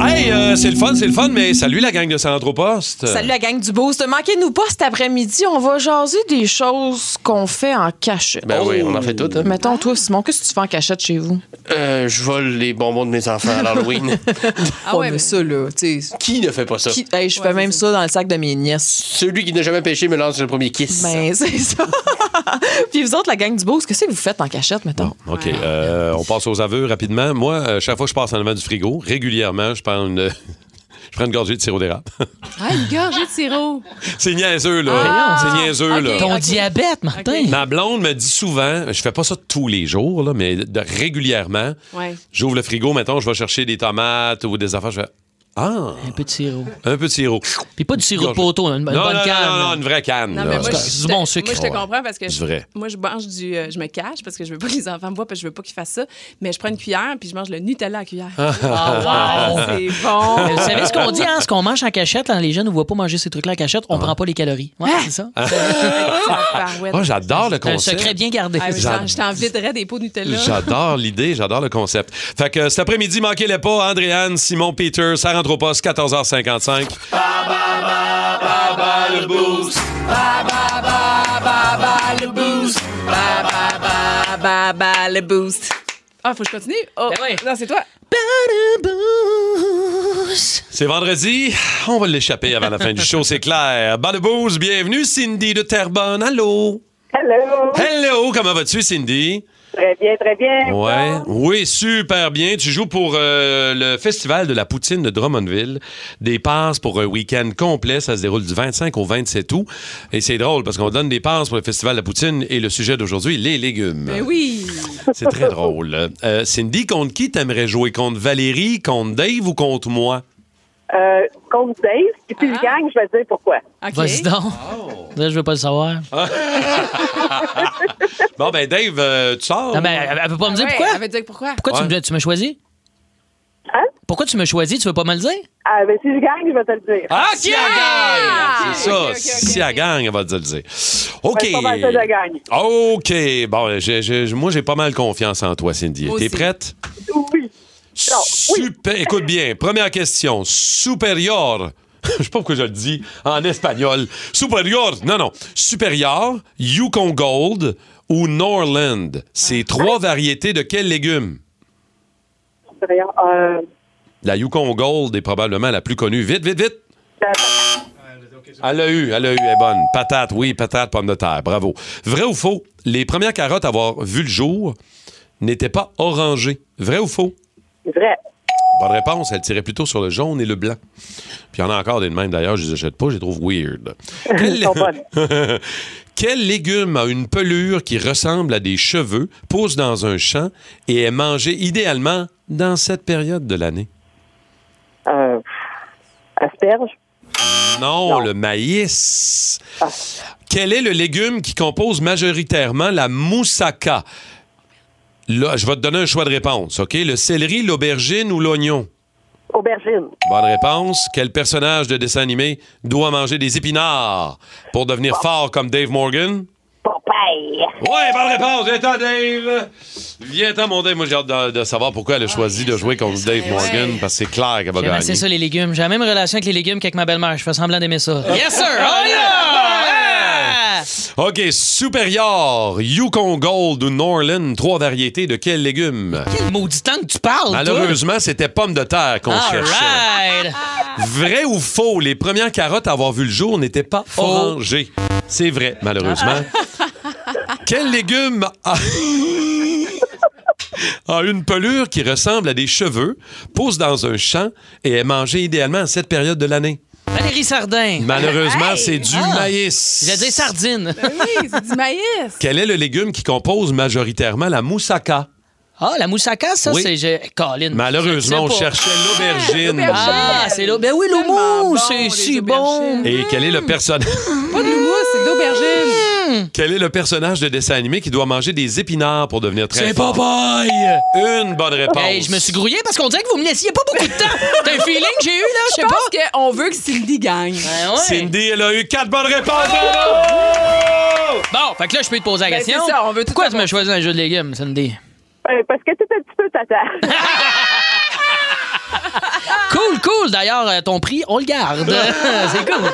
A: Hey, euh, c'est le fun, c'est le fun, mais salut la gang de Centropost.
P: Salut la gang du Boost. Manquez-nous pas cet après-midi, on va jaser des choses qu'on fait en cachette. Oh.
Q: Ben oui, on en fait toutes, hein.
P: Mettons,
C: Ah.
P: toi, Simon, qu'est-ce que tu fais en cachette chez vous?
Q: Euh, je vole les bonbons de mes enfants à l'Halloween.
P: Ah ouais, mais ça, là, tu sais.
Q: qui ne fait pas ça?
P: qui- hey, je fais même ça dans le sac de mes nièces.
Q: Celui qui n'a jamais pêché me lance le premier kiss.
P: Ben, c'est ça. Puis vous autres, la gang du Boost, qu'est-ce que vous faites en cachette, mettons?
A: OK, euh, on passe aux aveux rapidement. Moi, euh, chaque fois que je passe en avant du frigo, régulièrement, je prends une, je prends une gorgée de sirop d'érable.
B: Ah, une gorgée de sirop.
A: c'est niaiseux, là.
B: Ah,
A: c'est niaiseux,
B: ok,
A: là.
B: Ton ok.
C: diabète, Martin.
A: Ma blonde me dit souvent, je fais pas ça tous les jours, là, mais de- régulièrement,
C: Ouais.
A: j'ouvre le frigo, mettons, je vais chercher des tomates ou des affaires, je fais Ah!
C: Un peu de sirop.
A: Un peu de sirop.
C: Puis pas du sirop de poteau, une, une
A: non,
C: bonne
A: non,
C: canne.
A: Non,
C: là.
A: non, une vraie canne.
B: Non,
A: là.
B: mais moi, je,
C: du bon
B: je te-
C: sucre.
B: Moi, je te
C: Ouais.
B: comprends parce que
A: C'est
B: je-
A: vrai.
B: moi, je mange du. euh, je me cache parce que je veux pas que les enfants me voient parce que je veux pas qu'ils fassent ça. Mais je prends une cuillère puis je mange le Nutella à cuillère.
C: Ah, wow.
B: C'est bon.
C: Mais Vous savez ce qu'on dit, hein? Ce qu'on mange en cachette, hein, les jeunes ne voient pas manger ces trucs-là en cachette,
Q: Ah.
C: on prend pas les calories. Ouais,
P: Hein?
C: c'est ça.
B: Tabarouette.
A: Ah, j'adore le
C: C'est un
A: concept.
C: secret bien gardé.
B: bah, Ah, mais
A: J'ad-
B: j'en- je t'en viderais des pots de Nutella.
A: J'adore l'idée, j'adore le concept. Fait que cet après-midi, manquez-les pas. Andréanne, Simon, Peter, ça rentre au poste, 14h55.
R: Baba le boost. Baba, baba, baba le boost. Baba,
B: Ah, bah, bah, le boost. Ah, faut que je continue? Oh,
C: Ben
B: non, c'est toi.
A: C'est vendredi, on va l'échapper avant la fin du show, c'est clair. Balebouze, bienvenue Cindy de Terrebonne. Allô?
S: Hello.
A: Hello, comment vas-tu Cindy?
S: Très bien, très bien.
A: Ouais. Oui, super bien. Tu joues pour euh, le Festival de la Poutine de Drummondville. Des passes pour un week-end complet. Ça se déroule du 25 au 27 août. Et c'est drôle parce qu'on donne des passes pour le Festival de la Poutine et le sujet d'aujourd'hui, les légumes.
B: Mais oui.
A: C'est très drôle. Euh, Cindy, contre qui t'aimerais jouer? Contre Valérie, contre Dave ou contre moi?
S: Euh, contre Dave, puis tu le gang, je vais te dire pourquoi.
C: Vas-y donc. Là, je veux pas le savoir.
A: Bon, ben Dave, euh, tu sors?
C: Non, ben, mais elle, elle peut pas me dire
B: Ouais,
C: pourquoi.
B: Eh, Elle veut dire pourquoi?
C: Pourquoi tu me- tu me choisis?
S: Hein?
C: Pourquoi tu me choisis? Tu veux pas me le dire?
S: Ah, ben si je gagne, je vais te le dire.
A: Ah, si elle gagne! C'est ça. si elle gagne, elle va te le dire. OK.
S: Ouais, c'est pas mal ça, je gagne.
A: OK. Bon, j'ai- j'ai- moi, j'ai pas mal confiance en toi, Cindy.
S: Moi
A: T'es
S: aussi.
A: prête?
S: Oui. Non,
A: Super. Écoute bien. Première question. Supérieur. Je sais pas pourquoi je le dis en espagnol. Supérieur. Non, non. Supérieur, Yukon Gold ou Norland. C'est
S: Ah.
A: trois variétés de quels légumes?
S: supérieur. Euh,
A: La Yukon Gold est probablement la plus connue. Vite, vite, vite. Elle a eu, elle a eu, elle est bonne. Patate, oui, patate, pomme de terre, bravo. Vrai ou faux, les premières carottes à avoir vu le jour n'étaient pas orangées. Vrai ou faux?
S: vrai.
A: Bonne réponse, elle tirait plutôt sur le jaune et le blanc. Puis il y en a encore des de mêmes d'ailleurs, je les achète pas, je les trouve weird.
S: Ils sont bonnes.
A: Quel légume a une pelure qui ressemble à des cheveux, pousse dans un champ et est mangé idéalement dans cette période de l'année?
S: Euh, asperge.
A: Non, le maïs.
S: Ah.
A: Quel est le légume qui compose majoritairement la moussaka? Là, je vais te donner un choix de réponse, OK? Le céleri, l'aubergine ou l'oignon?
S: Aubergine.
A: Bonne réponse. Quel personnage de dessin animé doit manger des épinards pour devenir fort comme Dave Morgan?
S: Popeye.
A: Ouais, bonne réponse. Viens-t'en, Dave. Viens-t'en, mon Dave. Moi, j'ai hâte de, de savoir pourquoi elle a choisi de jouer contre Dave Morgan parce que c'est clair qu'elle va
C: J'aime
A: gagner.
C: assez ça, les légumes. J'ai la même relation avec les légumes qu'avec ma belle-mère. Je fais semblant d'aimer ça. Yes, sir! Oh, yeah!
A: OK, supérieur, Yukon Gold ou Norland, trois variétés de quels légumes?
C: Quel maudit temps que tu parles, toi?
A: Malheureusement, c'était pomme de terre qu'on
C: All
A: cherchait.
C: right.
A: Vrai ou faux, les premières carottes à avoir vu le jour n'étaient pas orangées. C'est vrai, malheureusement. Quel légume a... a une pelure qui ressemble à des cheveux, pousse dans un champ et est mangée idéalement à cette période de l'année?
C: Valérie Sardin.
A: Malheureusement, c'est du
C: Ah.
A: maïs.
C: J'ai dit sardine.
B: oui, c'est du maïs.
A: Quel est le légume qui compose majoritairement la moussaka?
C: Ah, la moussaka, ça,
A: Oui.
C: c'est. j'ai- Colin.
A: Malheureusement, on
C: je sais pas.
A: cherchait l'aubergine.
C: Ah, c'est là. Ben oui, le mou, c'est si bon.
A: Et quel est le personnage
B: Pas de mousse, c'est
C: Ah,
B: d'aubergine.
A: Quel est le personnage de dessin animé qui doit manger des épinards pour devenir très
C: C'est
A: fort?
C: Popeye!
A: Une bonne réponse.
C: Hey, je me suis grouillé parce qu'on dirait que vous me laissiez pas beaucoup de temps. T'as un feeling que j'ai eu, là? Je sais pas.
B: Parce qu'on veut que Cindy gagne.
S: Ben
A: Cindy, elle a eu quatre bonnes réponses.
C: Bon, fait que là, je peux te poser la
B: Ben,
C: question.
B: c'est ça, on veut tout
C: Pourquoi tu m'as choisi un jeu de légumes, Cindy?
S: Euh, parce que t'es un petit peu tata.
C: Cool, cool. D'ailleurs, euh, ton prix, on le garde. c'est cool.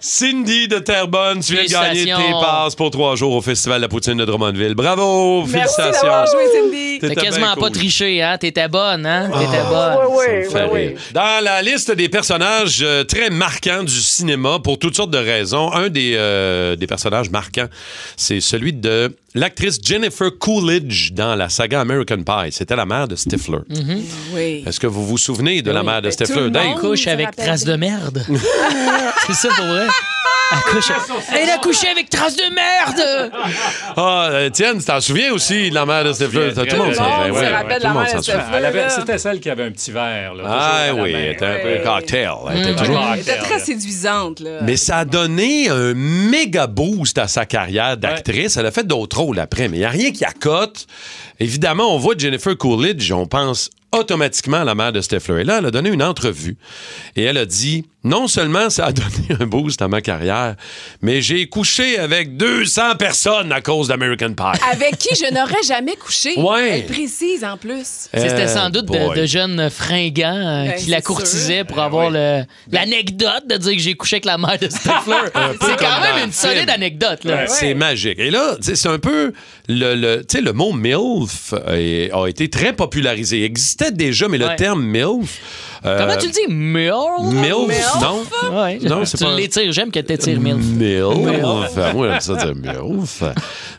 A: Cindy de Terrebonne, tu viens de gagner tes
C: Félicitations.
A: passes pour trois jours au Festival de la Poutine de Drummondville. Bravo!
C: Merci
A: Félicitations!
C: d'avoir joué,
B: Cindy.
C: T'as
A: T'étais
C: quasiment
A: bien
C: pas
A: cool.
C: triché, hein? T'étais bonne, hein?
S: Ah.
C: T'étais bonne.
S: Oui, oui,
A: Fait rire. Dans la liste des personnages euh, très marquants du cinéma, pour toutes sortes de raisons, un des, euh, des personnages marquants, c'est celui de l'actrice Jennifer Coolidge dans la saga American Pie. C'était la mère de Stifler.
B: Oui.
A: Est-ce que vous vous souvenez de la mère de
C: Tout le
A: Stifler?
C: monde
A: Dave?
C: couche avec traces de merde. c'est ça pour vrai? Elle couche. Elle a couché avec traces de merde!
A: Ah, euh, Étienne, tu t'en souviens aussi de la mère de Stifler? Tout le monde s'en souvient. ouais, ouais, tout le monde s'en souvient.
T: Ah, Elle avait-
B: là.
T: C'était celle qui avait un petit verre. Là,
A: Ah
T: toujours à la
A: oui,
T: main.
A: elle était un peu cocktail. Elle était
T: Mm.
A: toujours
B: Elle était très séduisante, là.
A: Mais ça a donné un méga boost à sa carrière d'actrice. Elle a fait d'autres rôles après, mais il n'y a rien qui accote. Évidemment, on voit Jennifer Coolidge, on pense automatiquement à la mère de Stifler. Et là, elle a donné une entrevue et elle a dit Non seulement ça a donné un boost à ma carrière, mais j'ai couché avec 200 personnes à cause d'American Pie.
C: Ah,
B: Avec qui je n'aurais jamais couché.
A: Ouais.
B: Elle précise en plus.
A: Euh,
C: C'était sans doute de,
A: boy.
C: de jeunes fringants euh,
B: Ben,
C: qui la
B: c'est
C: courtisaient pour avoir
A: Ben
C: le- l'anecdote de dire que j'ai couché avec la mère de Stifler. c'est quand
A: dans
C: même
A: le
C: une solide
A: film.
C: anecdote. Là.
A: C'est magique. Et là, tu sais, c'est un peu le, le- tu sais, le mot MILF euh, a été très popularisé. Il existait déjà, mais le
C: Ouais.
A: terme MILF. euh,
C: Comment tu le dis? Milf?
A: MILF, non.
C: Ouais.
A: Non, c'est
C: tu
A: pas- Mm,
C: l'étires. J'aime que tu étires Milf.
A: MILF. Moi, j'aime ça dire MILF.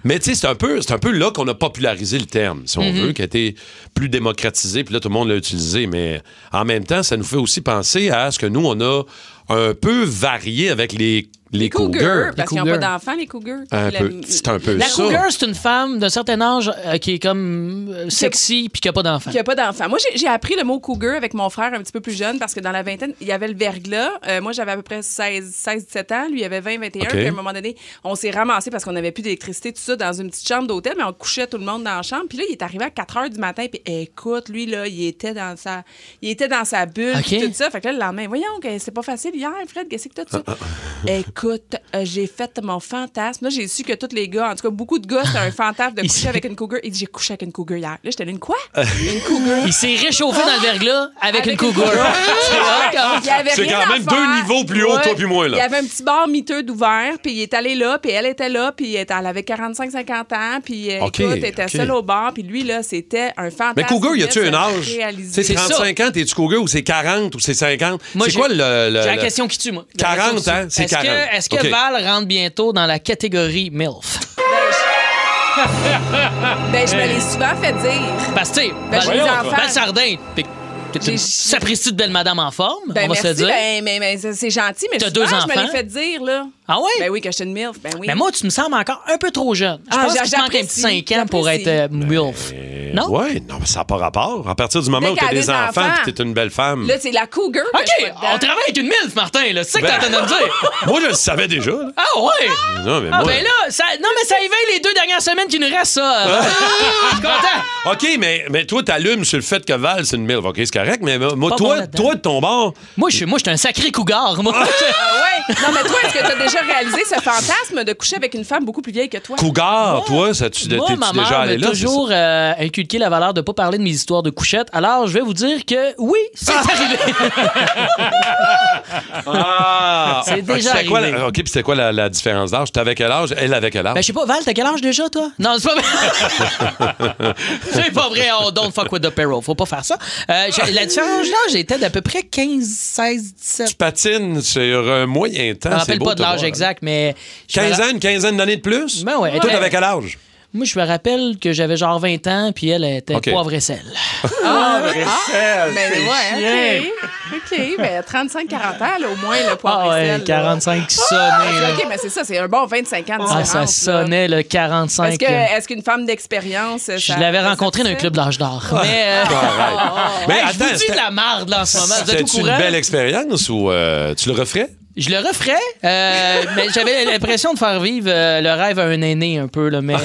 A: Mais tu sais, c'est un, peu- c'est un peu là qu'on a popularisé le terme, si on
C: Mhm.
A: veut, qui a été plus démocratisé, puis là, tout le monde l'a utilisé. Mais en même temps, ça nous fait aussi penser à ce que nous, on a un peu varié avec les, les, cougars.
B: parce qu'ils n'ont pas d'enfants, les cougars.
A: Un
B: La-
A: peu. C'est un peu
C: La
A: ça.
C: cougar, c'est une femme d'un certain âge euh, qui est comme euh, sexy puis qui n'a pas d'enfant.
B: Qui a pas d'enfant. Moi, j'ai- j'ai appris le mot cougar avec mon frère un petit peu plus jeune parce que dans la vingtaine, il y avait le verglas. Euh, moi, j'avais à peu près 16-17 ans. Lui, il avait 20-21.
A: OK.
B: Puis à un moment donné, on s'est ramassé parce qu'on n'avait plus d'électricité, tout ça, dans une petite chambre d'hôtel, mais on couchait tout le monde dans la chambre. Puis là, il est arrivé à 4 heures du matin. Puis écoute, lui, là, il était dans sa, il était dans sa bulle.
C: OK.
B: puis Tout ça. Fait que là, le lendemain, voyons, que c'est pas facile. Hier, Fred, qu'est-ce que t'as de ça? écoute, euh, j'ai fait mon fantasme. Là, j'ai su que tous les gars, en tout cas, beaucoup de gars, c'était un fantasme de coucher avec une cougar. Il dit, j'ai couché avec une cougar hier. Là, j'étais là, une quoi? Une cougar.
C: Il s'est réchauffé dans le verglas avec, une cougar. C'est hot, hein?
B: Il y avait
A: Ah. C'est
B: rien
A: quand
B: à
A: même
B: faire.
A: deux niveaux plus haut, toi puis moi, là.
B: Il y avait un petit bar miteux d'ouvert, puis il est allé là, puis elle était là, puis elle elle avait 45-50 ans, puis euh,
A: OK,
B: écoute, elle était
A: OK.
B: seule au bar, puis lui, là, c'était un fantasme.
A: Mais Cougar, y
B: il
A: a-tu un âge?
B: réalisé.
A: C'est 35 ans, t'es-tu Cougar ou c'est 40 ou c'est 50?
C: Moi,
A: C'est
C: j'ai-
A: quoi le. le-
C: J'ai la
A: le-
C: question qui tue, moi. La
A: 40,
C: question qui tue.
A: hein? C'est
C: Est-ce que-
A: 40.
C: Est-ce que,
A: OK.
C: Val rentre bientôt dans la catégorie MILF?
B: Ben, je me l'ai souvent fait dire.
C: Parce que, tu sais,
B: Ben, j'ai des
C: Val-
B: enfants.
C: Val Sardin, pis que t'es une sapristi de belle madame en forme,
B: Ben,
C: on va
B: merci,
C: se dire.
B: ben, mais, mais c'est c'est gentil, mais
C: T'as
B: souvent,
C: deux
B: je me
C: enfants?
B: l'ai fait dire, là.
C: Ah ouais?
B: Ben oui, que j'étais une MILF, ben oui.
C: Mais moi, tu me sembles encore un peu trop jeune. Je
B: Ah,
C: pense
B: j'a-
C: que tu manques un petit
B: j'apprécie,
A: Ben,
C: 5 ans pour être
B: j'apprécie.
C: euh, MILF.
A: Non? Oui, non, mais ça n'a pas rapport. À partir du moment
B: Dès
A: où tu as
B: qu'elle a
A: des,
B: des
A: enfants
B: enfants.
A: et tu es une belle femme.
B: Là, c'est la cougar. que Ben, je suis
C: OK,
B: pas dedans.
C: on travaille avec une MILF, Martin, là. C'est ça que t'es en train de me dire.
A: moi, je le savais déjà. là.
C: Ah, ouais!
A: Non, mais
C: Ah,
A: moi.
C: ben là, ça, non, mais ça éveille les deux dernières semaines qui nous restent, ça. Je suis content.
A: OK, mais, mais toi, t'allumes sur le fait que Val, c'est une MILF. OK, c'est correct, mais moi,
C: Pas bon
A: toi,
C: là-dedans.
A: toi, de ton bord.
C: Moi, je suis moi, je suis un sacré cougar, moi.
A: Ah,
B: Ah Ouais. Non, mais toi, est-ce que tu as déjà réalisé ce fantasme de coucher avec une femme beaucoup plus vieille que toi?
A: Cougar, toi, ça, tu
C: Moi,
A: t'es-tu
C: ma mère
A: déjà
C: m'a
A: allé là? c'est
C: toujours euh, inculqué la valeur de pas parler de mes histoires de couchette. Alors, je vais vous dire que oui, c'est
A: Ah!
C: arrivé.
A: ça? Ah!
C: C'est déjà
A: Fait que c'était quoi,
C: arrivé.
A: la- OK, puis c'était quoi la, la différence d'âge? T'avais quel âge? Elle avait quel
C: Ben, je
A: âge?
C: sais pas, Val, t'as quel âge déjà, toi? Non, c'est pas vrai. c'est pas vrai. Oh, don't fuck with the payroll. Faut pas faire ça. Euh, j'ai- la différence là, j'étais d'à peu près 15, 16, 17.
A: tu patines sur un moyen temps.
C: Je me
A: Ah, c'est
C: rappelle
A: beau
C: pas de
A: te
C: l'âge
A: voir.
C: exact, mais. je me ra-
A: 15 ans, une quinzaine d'années de plus?
C: Ben ouais.
A: Toi,
C: Ouais.
A: t'avais quel âge?
C: Moi, je me rappelle que j'avais genre 20 ans, puis elle elle était
A: Ok.
C: poivre et sel.
B: Ah,
C: Vaisselle,
B: mais
C: c'est
B: ouais, OK. OK, ben 35-40 ans, là, au moins, le poivre
C: Ah
B: et
C: ouais,
B: sel, là.
C: 45 qui sonnait.
B: Ah,
C: là.
B: OK, mais c'est ça, c'est un bon 25 ans de
C: Ah, ça
B: différence, là.
C: sonnait le 45.
B: Est-ce que- euh,
C: là.
B: est-ce qu'une femme d'expérience.
C: Je l'avais rencontré dans un club d'âge d'or. Mais, euh,
A: Arrête.
C: Hey, je
A: attends,
C: vous dis de la marde là, en ce moment. Vous êtes au
A: C'était-tu une
C: courant?
A: belle expérience ou euh, tu le referais?
C: Je le referais, euh, mais j'avais l'impression de faire vivre euh, le rêve à un aîné un peu. Là, mais...
A: Ah!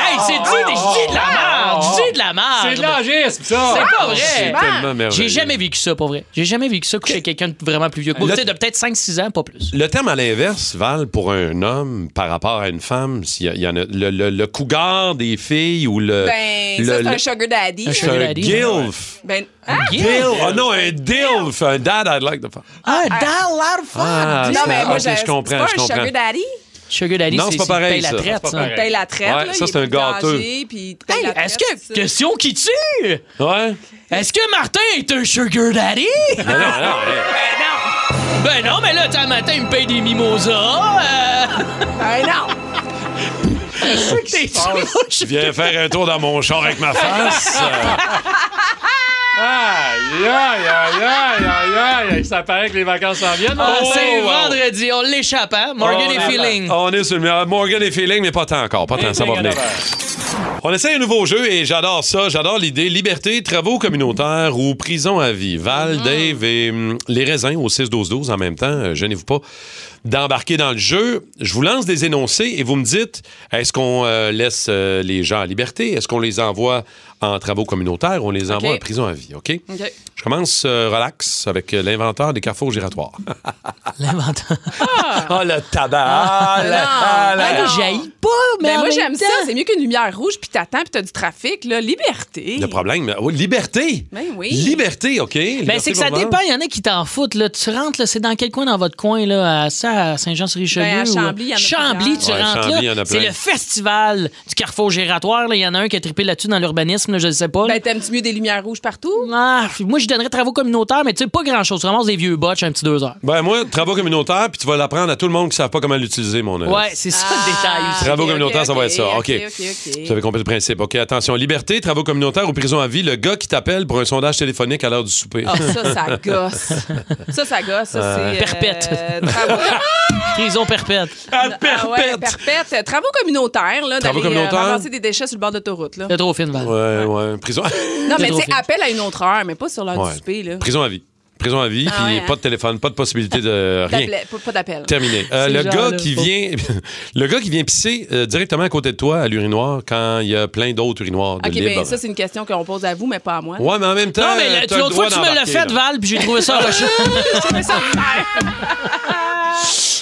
C: euh, hey, c'est dit, des- je dis de la merde! Je dis de la merde!
T: C'est de l'âgisme, ça!
C: C'est
B: Ah,
C: pas
A: C'est
C: vrai!
B: Ben,
A: tellement merveilleux.
C: J'ai jamais vécu ça, pour vrai. J'ai jamais vécu ça, coucher avec quelqu'un de vraiment plus vieux que moi.
A: Le-
C: Tu sais, de peut-être 5-6 ans, pas plus.
A: Le terme à l'inverse, Val, pour un homme par rapport à une femme, s'il y a- il y, en a le, le- le cougar des filles ou le.
B: Ben,
A: le-
B: ça, c'est
A: le-
B: un sugar daddy.
A: c'est un gilf.
B: Ben, ah!
A: Gilf. Oh non, un dilf. Un dad I'd like to fuck.
C: Ah, dollar fuck!
A: Ah,
B: non,
A: c'est-
B: mais
A: ah,
B: moi,
A: ok,
B: j'ai-
A: je comprends,
B: C'est pas
A: je
B: un
A: comprends.
B: sugar daddy?
C: Sugar Daddy,
A: Non,
C: c'est
A: c'est pas
C: c'est-
A: pareil,
C: paye la
A: ça.
C: traite.
A: C'est pas
C: ça.
A: pareil.
B: Paye la traite.
A: Ouais, ça,
B: là, il est
A: c'est un
B: plus
A: gâteux.
B: âgé, puis il paye
C: Hey,
B: la traite,
C: est-ce que.
B: ça.
C: Question qui tue!
A: Ouais.
C: Est-ce que Martin est un sugar daddy?
A: Non, Ben non, Ah, non. hey.
C: Ben non, mais là, tu sais, un matin, il me paye des mimosas. Euh...
B: Ben non!
C: T'es
A: Je viens faire un tour dans mon char avec ma face. Euh,
T: Aïe, aïe, aïe, aïe, aïe, aïe. Ça paraît que les vacances s'en viennent.
C: Ah,
T: Oh,
C: c'est
T: wow.
C: vendredi, on l'échappe, hein? Morgan
B: Oh,
A: on
C: et
A: est-
C: Feeling.
A: Ah, On est sur le meilleur. Morgan et Feeling, mais pas tant encore. Pas tant, ça va venir. On essaie un nouveau jeu et j'adore ça. J'adore l'idée liberté, travaux communautaires ou prison à vie. Val, Dave et hum, les raisins au 6-12-12 en même temps. euh, Gênez-vous pas d'embarquer dans le jeu. Je vous lance des énoncés et vous me dites est-ce qu'on euh, laisse euh, les gens en liberté Est-ce qu'on les envoie en travaux communautaires On les envoie
C: Ok.
A: en prison à vie, OK
B: OK.
A: Je commence euh, relax avec euh, l'inventeur des carrefours giratoires.
C: L'inventeur.
B: Ah,
A: oh, le tabac Ah, le- ah, le-
C: Ah, j'haïs pas, mais.
B: Ben
C: en
B: moi,
C: même
B: j'aime
C: temps-
B: ça. C'est mieux qu'une lumière rouge, puis t'attends, puis t'as du trafic, là. Liberté.
A: Le problème, oh, liberté.
B: Ben oui.
A: Liberté, OK.
C: Ben,
A: Liberté
C: c'est que ça
A: pour vendre.
C: dépend, il y en a qui t'en foutent. Là. Tu rentres, là, c'est dans quel coin dans votre coin, là, à, ça, à Saint-Jean-sur-Richelieu?
B: Ben, à
C: ou- euh,
B: Chambly, il y en a
C: Chambly, tu
B: plusieurs.
A: Ouais,
C: rentres
A: Chambly, il y en
C: là.
A: a
C: C'est
A: plein.
C: le festival du carrefour gératoire. là. Il y en a un qui a trippé là-dessus dans l'urbanisme, là, je ne sais pas. là.
B: Ben, t'aimes-tu mieux des lumières rouges partout?
C: Ah, moi, je donnerais travaux communautaires, mais tu sais, pas grand-chose. Tu ramasses des vieux botches un petit deux heures.
A: Ben moi, travaux communautaires, puis tu vas l'apprendre à tout le monde qui ne savent pas comment l'utiliser, mon ami.
C: Ouais, c'est ça le détail aussi.
A: Travaux
B: Ah, Ok, ok,
A: communautaires, ça
B: ok,
A: va être ça. OK.
B: ok, ok, ok.
A: Vous avez compris le principe. OK, attention. Liberté, travaux communautaires ou prison à vie, le gars qui t'appelle pour un sondage téléphonique à l'heure du souper.
B: Ah, ça, ça gosse. Ça, ça gosse. Ça, c'est. euh,
C: Perpète.
B: travaux-
C: Prison perpète.
A: À
B: Ah ouais, perpète. Travaux communautaires, là,
A: Travaux
B: d'aller euh,
A: communautaires.
B: ramasser des déchets sur le bord d'autoroute, là.
C: C'est trop fine, Val.
A: Ouais, ouais. Prison,
B: Non,
C: C'est
B: mais
C: trop
B: tu sais,
C: fine.
B: appel à une autre heure, mais pas sur l'heure
A: Ouais.
B: du souper, là.
A: prison à vie. Prison à vie,
B: Ah
A: puis
B: ouais, hein?
A: pas de téléphone, pas de possibilité de rien.
B: D'appel- pas- Pas d'appel.
A: Terminé. Euh,
C: C'est
A: le,
C: genre,
A: gars
C: là,
A: qui
C: faut-
A: vient, le gars qui vient pisser euh, directement à côté de toi à l'urinoir quand il y a plein d'autres urinoirs de
B: OK,
A: libre.
B: ben ça, c'est une question qu'on pose à vous, mais pas à moi.
A: Ouais, mais en même temps.
C: Non, mais
A: Euh, t'as
C: la-
A: le
C: l'autre fois,
A: droit
C: tu me l'as
A: d'embarquer,
C: fait,
A: là.
C: Val, puis j'ai trouvé ça rocheux.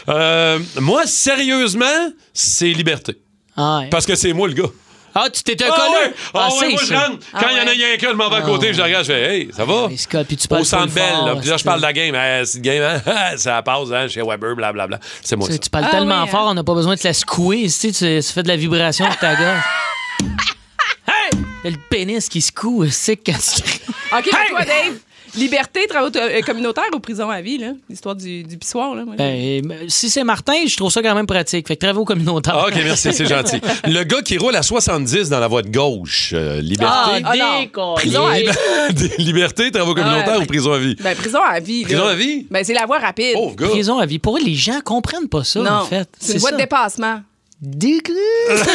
A: Euh, moi, sérieusement, c'est liberté.
C: Ah, ouais.
A: Parce que c'est moi le gars.
C: Ah, tu t'étais
A: Ah
C: collé.
A: ouais, ah ouais,
C: c'est
A: moi je
C: ça.
A: rentre. Quand il y en a
B: ouais.
A: rien qu'un de m'en va à côté, je le regarde, je fais Hey, ça va?
C: Mais Ah Scott, puis tu parles
A: Au centre
C: full
A: belle,
C: fort,
A: là. Puis là, je
C: c'est-
A: parle de la game. Eh, c'est une game, hein? ça passe, hein, chez Weber, blablabla. C'est moi
C: Tu,
A: ça.
C: sais, tu parles
B: Ah
C: tellement
B: ouais, hein.
C: fort, on n'a pas besoin de te la squeeze. Tu, sais, tu, tu fais de la vibration de ta gueule. hey! T'as Le pénis qui secoue, c'est quand tu cries.
B: OK, mais toi, Dave, liberté, travaux euh, communautaires ou prison à vie, là? L'histoire du, du pissoir, là. moi.
C: Ben, euh, si c'est Martin, je trouve ça quand même pratique. Fait que travaux communautaires.
A: Ah, OK, merci, c'est gentil. Le gars qui roule à 70 dans la voie de gauche, euh, liberté.
C: Ah,
B: non.
C: décolle.
B: Prison à vie.
A: liberté, travaux communautaires
B: ouais.
A: ou prison à vie?
B: Ben, prison à vie. là.
A: Prison à vie?
B: Ben, c'est la voie rapide.
A: Pauvre gars.
C: Prison à vie. Pour eux, les gens comprennent pas ça,
B: non,
C: en fait.
B: c'est une voie
C: ça.
B: de dépassement.
D: Décrit.
C: c'est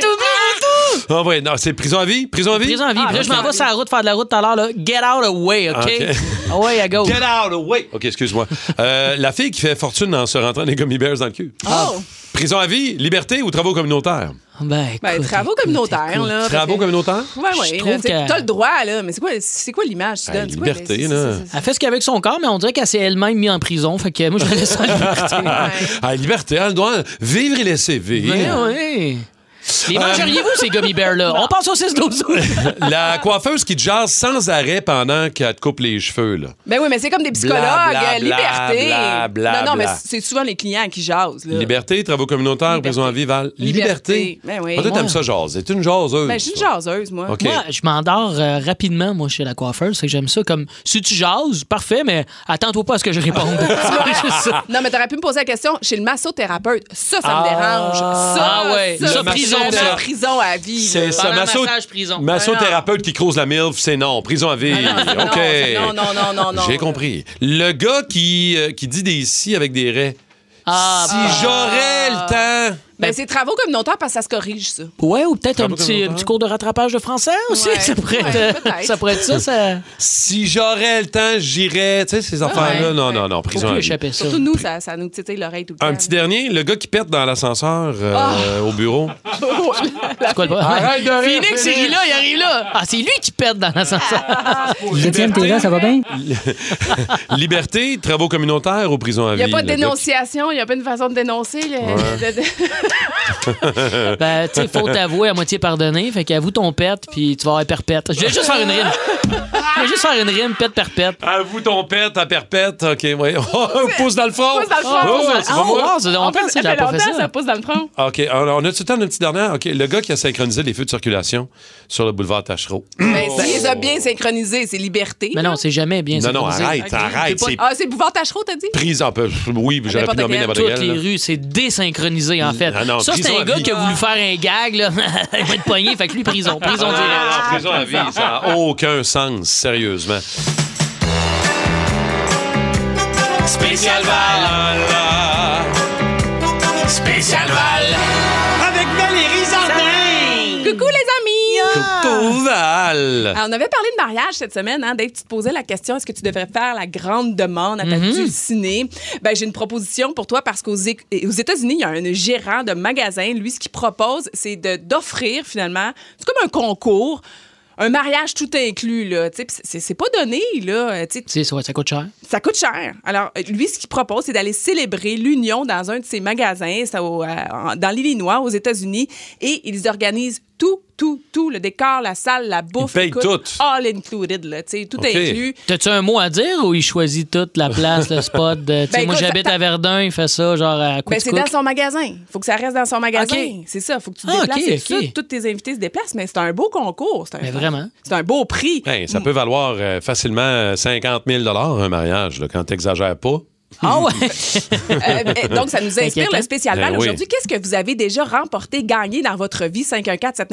C: tout bien
A: Ah ouais, non, c'est prison à vie? Prison à vie?
C: Prison en
B: Ah,
C: vie. Puis là, je m'en vais sur la route faire de la route tout à l'heure. là. Get out of the way, OK?
A: Ah,
C: Ah
A: OK.
C: Away I go.
A: Get out of the way! OK, excuse-moi. Euh, la fille qui fait fortune en se rentrant des gummy bears dans le cul.
C: Oh!
A: Prison à vie, liberté ou travaux communautaires?
D: Ben,
B: Ben,
D: écoute,
B: travaux
D: écoute,
B: communautaires,
D: écoute.
B: là.
A: Travaux communautaires?
B: Ouais, ouais.
C: trouve
B: là, t'sais,
C: que-
B: T'as le droit, là. Mais c'est quoi, c'est quoi l'image que tu
A: Ben,
B: donnes? C'est quoi,
A: liberté,
B: c'est-
A: là.
C: Elle fait ce qu'avec son corps, mais on dirait qu'elle s'est elle-même mise en prison. Fait que moi, je la laisse en liberté.
A: Ah, liberté, elle doit vivre et laisser vivre.
C: Ben oui. Les mangeriez-vous, ces gummy bears-là? On passe au 6-12.
A: La coiffeuse qui te jase sans arrêt pendant qu'elle te coupe les cheveux, là.
B: Ben oui, mais c'est comme des psychologues.
A: Bla, bla,
B: euh, liberté.
A: bla, bla,
B: non, non, mais
A: bla.
B: c'est souvent les clients qui jasent, là.
A: Liberté, travaux communautaires, prison à vie, Val.
B: Liberté. Ben oui.
A: Ah, toi, t'aimes ça, jaser. T'es une jaseuse.
B: Ben, je suis une
A: toi.
B: jaseuse, moi.
A: OK.
C: Moi, je m'endors euh, rapidement, moi, chez la coiffeuse. C'est que j'aime ça. Comme, si tu jases, parfait, mais attends-toi pas à ce que je réponde. C'est juste ça.
B: Non, mais t'aurais pu me poser la question chez le massothérapeute. Ça, ça
C: Ah.
B: me dérange. Ça,
C: Ah ouais.
B: ça,
C: Le
B: ça,
C: prison,
B: vraiment
C: ça.
B: prison à vie.
A: C'est
B: là.
A: ça,
C: Pendant
A: masso-
C: massage, prison.
A: massothérapeute qui croise la MILF, c'est non. Prison à vie. OK.
B: Ah, Non, non, non, non, non.
A: J'ai compris. Le gars qui, euh, qui dit des si avec des raies.
C: Ah,
A: si
B: bah.
A: j'aurais le temps.
B: Ben, c'est travaux communautaires parce que ça se corrige, ça.
C: Ouais, ou peut-être un petit,
A: communautaire.
C: un petit cours de rattrapage de français aussi.
B: Ouais,
C: ça, pourrait
B: ouais,
C: être,
B: peut-être.
C: ça pourrait être ça. ça...
A: Si j'aurais le temps, j'irais. Tu sais, ces
B: Ah
A: affaires-là. Non, non, non.
C: Faut
A: Prison
C: plus
A: à vie.
C: échapper ça.
B: Surtout nous, ça, ça nous titille l'oreille tout le temps.
A: Un petit dernier, le gars qui pète dans l'ascenseur
B: Ah!
A: euh, au bureau.
C: C'est quoi le problème?
T: Arrête de rire,
C: Phoenix,
T: Phoenix.
C: il rit là, il arrive là. Ah, c'est lui qui pète dans
B: Ah,
C: l'ascenseur.
A: Liberté.
U: ça va bien?
A: Liberté, travaux communautaires ou prison à
B: Il
A: vie?
B: n'y a pas de
A: le gars
B: dénonciation, il n'y a pas une façon de dénoncer. le- de- de-
C: ben, tu sais, faut t'avouer à moitié pardonné. Fait qu'avoue ton pète, puis tu vas avoir perpète. Je vais juste faire une rime. Je vais juste faire une rime, pète, perpète.
A: À vous ton pète, à perpète. OK, oui. Oh, pouce dans le front.
B: Pouce dans le front.
A: Oh,
B: Pouce dans le
A: c'est
C: Ah,
A: pas moi.
C: wow, ça fait
B: On
C: longtemps
B: peut-
C: que
B: ça
C: j'ai
B: fait
C: pas fait
B: longtemps, ça
C: ça.
B: pousse dans le front.
A: OK, on on a-tu le temps d'un petit dernier? OK, le gars qui a synchronisé les feux de circulation sur le boulevard Tachereau.
B: Ben, s'il les a bien synchronisés, c'est liberté.
C: Mais non, c'est jamais bien
A: Non, non,
C: synchronisé.
A: arrête,
B: Ok.
A: arrête. C'est
B: Ah, c'est Bouvard Tachereau, t'as dit?
A: prise en peu. Oui, j'aurais pu
B: N'importe
A: nommer
B: quel.
A: n'importe
C: Toutes
A: quel.
C: les
A: là.
C: rues, c'est désynchronisé, en fait.
A: Ah non,
C: ça, c'est
A: prison
C: un
A: à
C: gars
A: vie.
C: qui a voulu faire un gag, là. Il va être poigné, fait que lui, prison. Prison
A: Ah,
C: direct.
A: non, prison à vie, ça n'a aucun sens, sérieusement. Spécial Val. Spécial Val.
R: Avec Valérie Zardin.
B: Coucou, les amis!
A: Coucou Val.
B: Alors, on avait parlé de mariage cette semaine. Hein? Dave, tu te posais la question est-ce que tu devrais faire la grande demande à ta dulcinée? Ben, j'ai une proposition pour toi parce qu'aux Éc- aux États-Unis, il y a un gérant de magasin. Lui, ce qu'il propose, c'est de- d'offrir finalement, c'est comme un concours. Un mariage tout inclus, là. Tu sais, puis c'est- c'est pas donné, là. Tu sais,
C: Tu sais, ça, ça coûte cher.
B: ça coûte cher. Alors, euh, lui, ce qu'il propose, c'est d'aller célébrer l'union dans un de ses magasins, ça, au- euh, en- dans l'Illinois, aux États-Unis, et ils organisent tout, tout, tout, le décor, la salle, la bouffe.
A: payent
B: écoute,
A: tout.
B: All included, là, tu sais, tout
A: OK.
B: inclus.
C: T'as-tu un mot à dire ou il choisit toute la place, le spot? de- tu sais,
B: Ben,
C: moi,
B: écoute,
C: j'habite
B: ça-
C: à Verdun, il fait ça, genre à
B: Ben, c'est
C: Coaticook.
B: dans son magasin. Faut que ça reste dans son magasin.
C: OK.
B: C'est ça. Faut que tu te
C: Ah,
B: déplaces.
C: OK,
B: et tout
C: OK.
B: ça. Tous tes invités se déplacent, mais c'est un beau concours. C'est un,
C: Mais vraiment. Ben,
B: C'est un beau prix.
A: Hey, ça peut valoir euh, facilement euh, 50 000 un mariage, là, quand t'exagères pas.
C: Ah ouais!
B: Euh, euh, donc, ça nous inspire
C: Inquiétant.
B: le spécial Val
A: Ben oui.
B: aujourd'hui. Qu'est-ce que vous avez déjà remporté, gagné dans votre vie?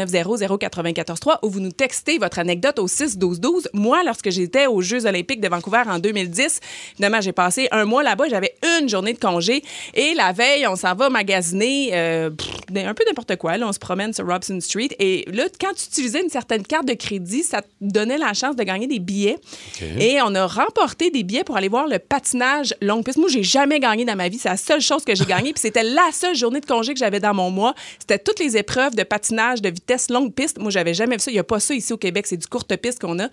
B: 514-790-0943 ou vous nous textez votre anecdote au 6-12-12. Moi, lorsque j'étais aux Jeux olympiques de Vancouver en 2010, finalement, j'ai passé un mois là-bas. J'avais une journée de congé. Et la veille, on s'en va magasiner euh, pff, un peu n'importe quoi. Là, on se promène sur Robson Street. Et là, quand tu utilisais une certaine carte de crédit, ça te donnait la chance de gagner des billets. Et on a remporté des billets pour aller voir le patinage longue piste. Moi, j'ai jamais gagné dans ma vie. C'est la seule chose que j'ai gagnée. Puis c'était la seule journée de congé que j'avais dans mon mois. C'était toutes les épreuves de patinage de vitesse longue piste. Moi, j'avais jamais vu ça. Il n'y a pas ça ici au Québec. C'est du courte piste qu'on a.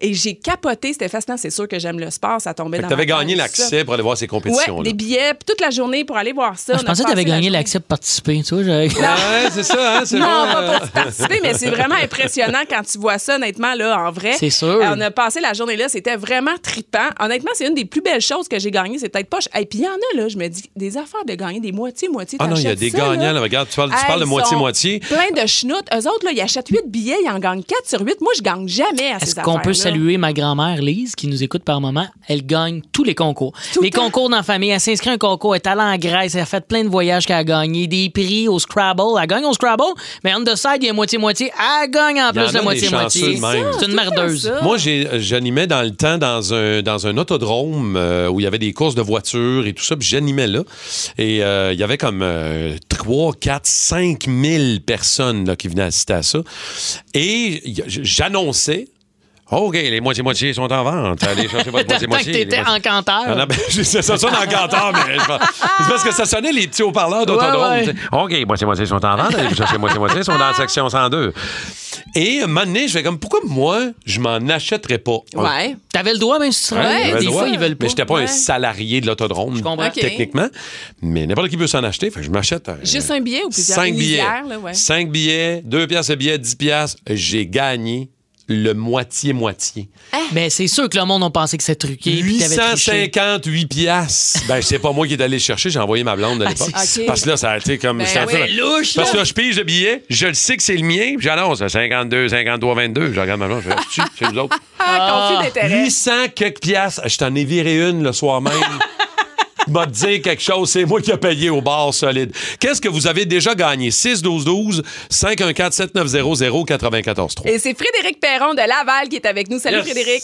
B: Et j'ai capoté. C'était fascinant. C'est sûr que j'aime le sport. Ça tombait
A: Fait que
B: dans
A: t'avais
B: ma tête,
C: Ah,
A: gagné
B: ça.
A: l'accès pour aller voir ces compétitions-là.
B: Ouais, des billets puis toute la journée pour aller voir ça.
C: Ah, je
B: On a
C: pensais que t'avais
B: passé la
C: gagné
B: journée-
C: l'accès de participer, tu vois. j'avais-
A: Ouais, c'est ça, hein, c'est
B: Non,
A: vrai, euh,
B: pas pour participer, mais c'est vraiment impressionnant quand tu vois ça, honnêtement, là, en vrai.
C: C'est sûr.
B: Euh, on a passé la journée là, c'était vraiment tripant. Honnêtement, c'est une des plus belles choses que j'ai gagnées, c'est peut-être poche. Et puis il y en a, là, je me dis, des affaires de gagner des moitiés-moitiés.
A: Ah non, il y a
B: t'achètes
A: des
B: ça,
A: gagnants.
B: là.
A: là, regarde, tu parles, tu
B: Hey,
A: parles de
B: ils
A: moitié-moitié.
B: sont Plein de schnoutes. Eux autres, là, ils achètent 8 billets, ils en gagnent 4 sur 8. Moi, je gagne jamais à ces
C: Est-ce qu'on peut
B: affaires-là.
C: saluer ma grand-mère Lise qui nous écoute par moment. Elle gagne tous les concours. les concours dans la famille. Elle s'inscrit à un concours. Elle est allée en Grèce. Elle a fait plein de voyages qu'elle a gagné. Des prix au Scrabble. Elle gagne au Scrabble, mais on the side, il y a moitié-moitié. Elle gagne
A: Il
C: en
A: y en
C: plus
A: a
C: de
A: des
C: moitié-moitié.
A: chanceux de même.
C: C'est une merdeuse.
A: Moi, j'ai- j'animais dans le temps dans un, dans un autodrome euh, où il y avait des courses de voitures et tout ça, puis j'animais là. Et euh, il y avait comme euh, 3, 4, 5 000 personnes là, qui venaient assister à ça. Et y- j'annonçais. Oh, OK, les moitiés-moitiés sont en vente. Allez chercher votre
C: Tant que
A: moitié-moitié. les
C: t'étais
A: moitiés-
C: en canteur.
A: Ah, non, ben, ça sonne en cantor, mais je pense- c'est parce que ça sonnait les petits haut-parleurs d'autodrome.
C: Ouais, ouais.
A: tu sais. OK, moitié-moitié sont en vente, allez vous chercher moitié-moitié, sont dans la section 102. Et à un moment donné, je fais comme, pourquoi moi, je m'en achèterais pas? un?
C: Ouais. T'avais le droit, même si tu
A: Hein, j'avais
C: travaillais.
A: le
C: Des
A: droit.
C: fois, ils veulent pas.
A: Mais j'étais pas
C: Ouais.
A: un salarié de l'autodrome,
C: comprends. OK.
A: techniquement. Mais n'importe qui peut s'en acheter, fait que je m'achète un-
B: Juste un billet ou plusieurs
A: Cinq
B: Une
A: billets.
B: lisière, là, ouais.
A: Cinq billets, deux piastres de billets, dix piastres. J'ai gagné le moitié-moitié.
C: Ben, c'est sûr que le monde a pensé que c'était truqué. puis t'avais triché.
A: 858 piastres. Ben, c'est pas moi qui est allé le chercher, j'ai envoyé ma blonde à
C: Ah,
A: l'époque.
C: c'est- OK.
A: Parce que là, ça a été comme.
C: Ben
A: c'était un
C: oui,
A: peu-
C: louche,
A: Parce que
C: là.
A: là, je pige le billet, je le sais que c'est le mien, puis j'annonce 52, 53, 22. Je regarde ma blonde, je fais, c'est vous autres.
B: Ah, conflit d'intérêt.
A: 800 quelques piastres. Je t'en ai viré une le soir même. M'a dit quelque chose, c'est moi qui ai payé au bar solide. Qu'est-ce que vous avez déjà gagné? 6 12 12 514 7900 94 3.
B: Et c'est Frédéric Perron de Laval qui est avec nous. Salut
A: Yes.
B: Frédéric.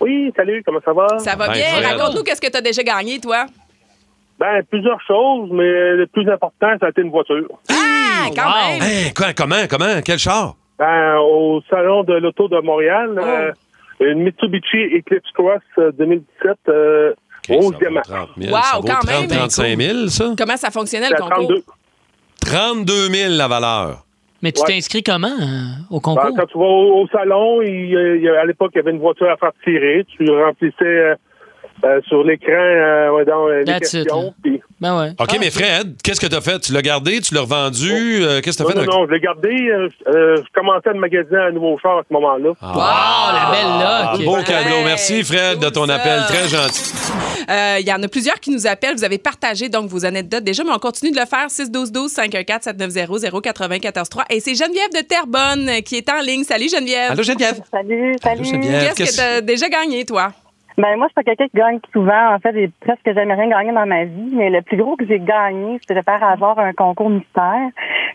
V: Oui, salut, comment ça va?
B: Ça va
V: Ben,
B: bien.
V: Fred.
B: Raconte-nous qu'est-ce que tu as déjà gagné, toi.
V: Ben, plusieurs choses, mais le plus important, ça a été une voiture.
B: Ah, quand même.
A: Hein, quoi, comment, comment? Quel char?
V: Ben, au salon de l'auto de Montréal,
B: Oh.
V: euh, une Mitsubishi Eclipse Cross euh, 2017, euh, rose diamant.
B: Wow, quand même.
A: 35 000, ça?
B: Comment ça fonctionnait le concours?
A: 32 000 la valeur.
C: Mais tu
V: Ouais.
C: t'inscris comment euh, au concours?
V: Ben, quand tu vas au, au salon, il, y a- il y a- à l'époque, il y avait une voiture à faire tirer. Tu remplissais euh, euh, sur l'écran euh, ouais, dans euh, les
C: That's it, là.
V: questions. puis-
C: Ben ouais.
A: OK, mais Fred, qu'est-ce que t'as fait? Tu l'as gardé? Tu l'as revendu? Euh, qu'est-ce que t'as
V: Non,
A: fait?
V: non,
A: avec-
V: non, je l'ai gardé. euh, euh, je commençais à me magasiner un nouveau char à ce moment-là.
C: la
A: Ah,
C: belle
A: beau cadeau. Merci, Fred, de ton appel. Très gentil.
B: Euh, Il y en a plusieurs qui nous appellent. Vous avez partagé donc vos anecdotes déjà, mais on continue de le faire. 612-12-514-790-0943. Et c'est Geneviève de Terrebonne euh, qui est en ligne. Salut Geneviève.
A: Allô, Geneviève.
S: Salut, salut.
B: Euh, Qu'est-ce que tu as déjà gagné, toi?
S: Ben moi, je suis pas quelqu'un qui gagne souvent. En fait, j'ai presque jamais rien gagné dans ma vie. Mais le plus gros que j'ai gagné, c'était de faire avoir un concours mystère.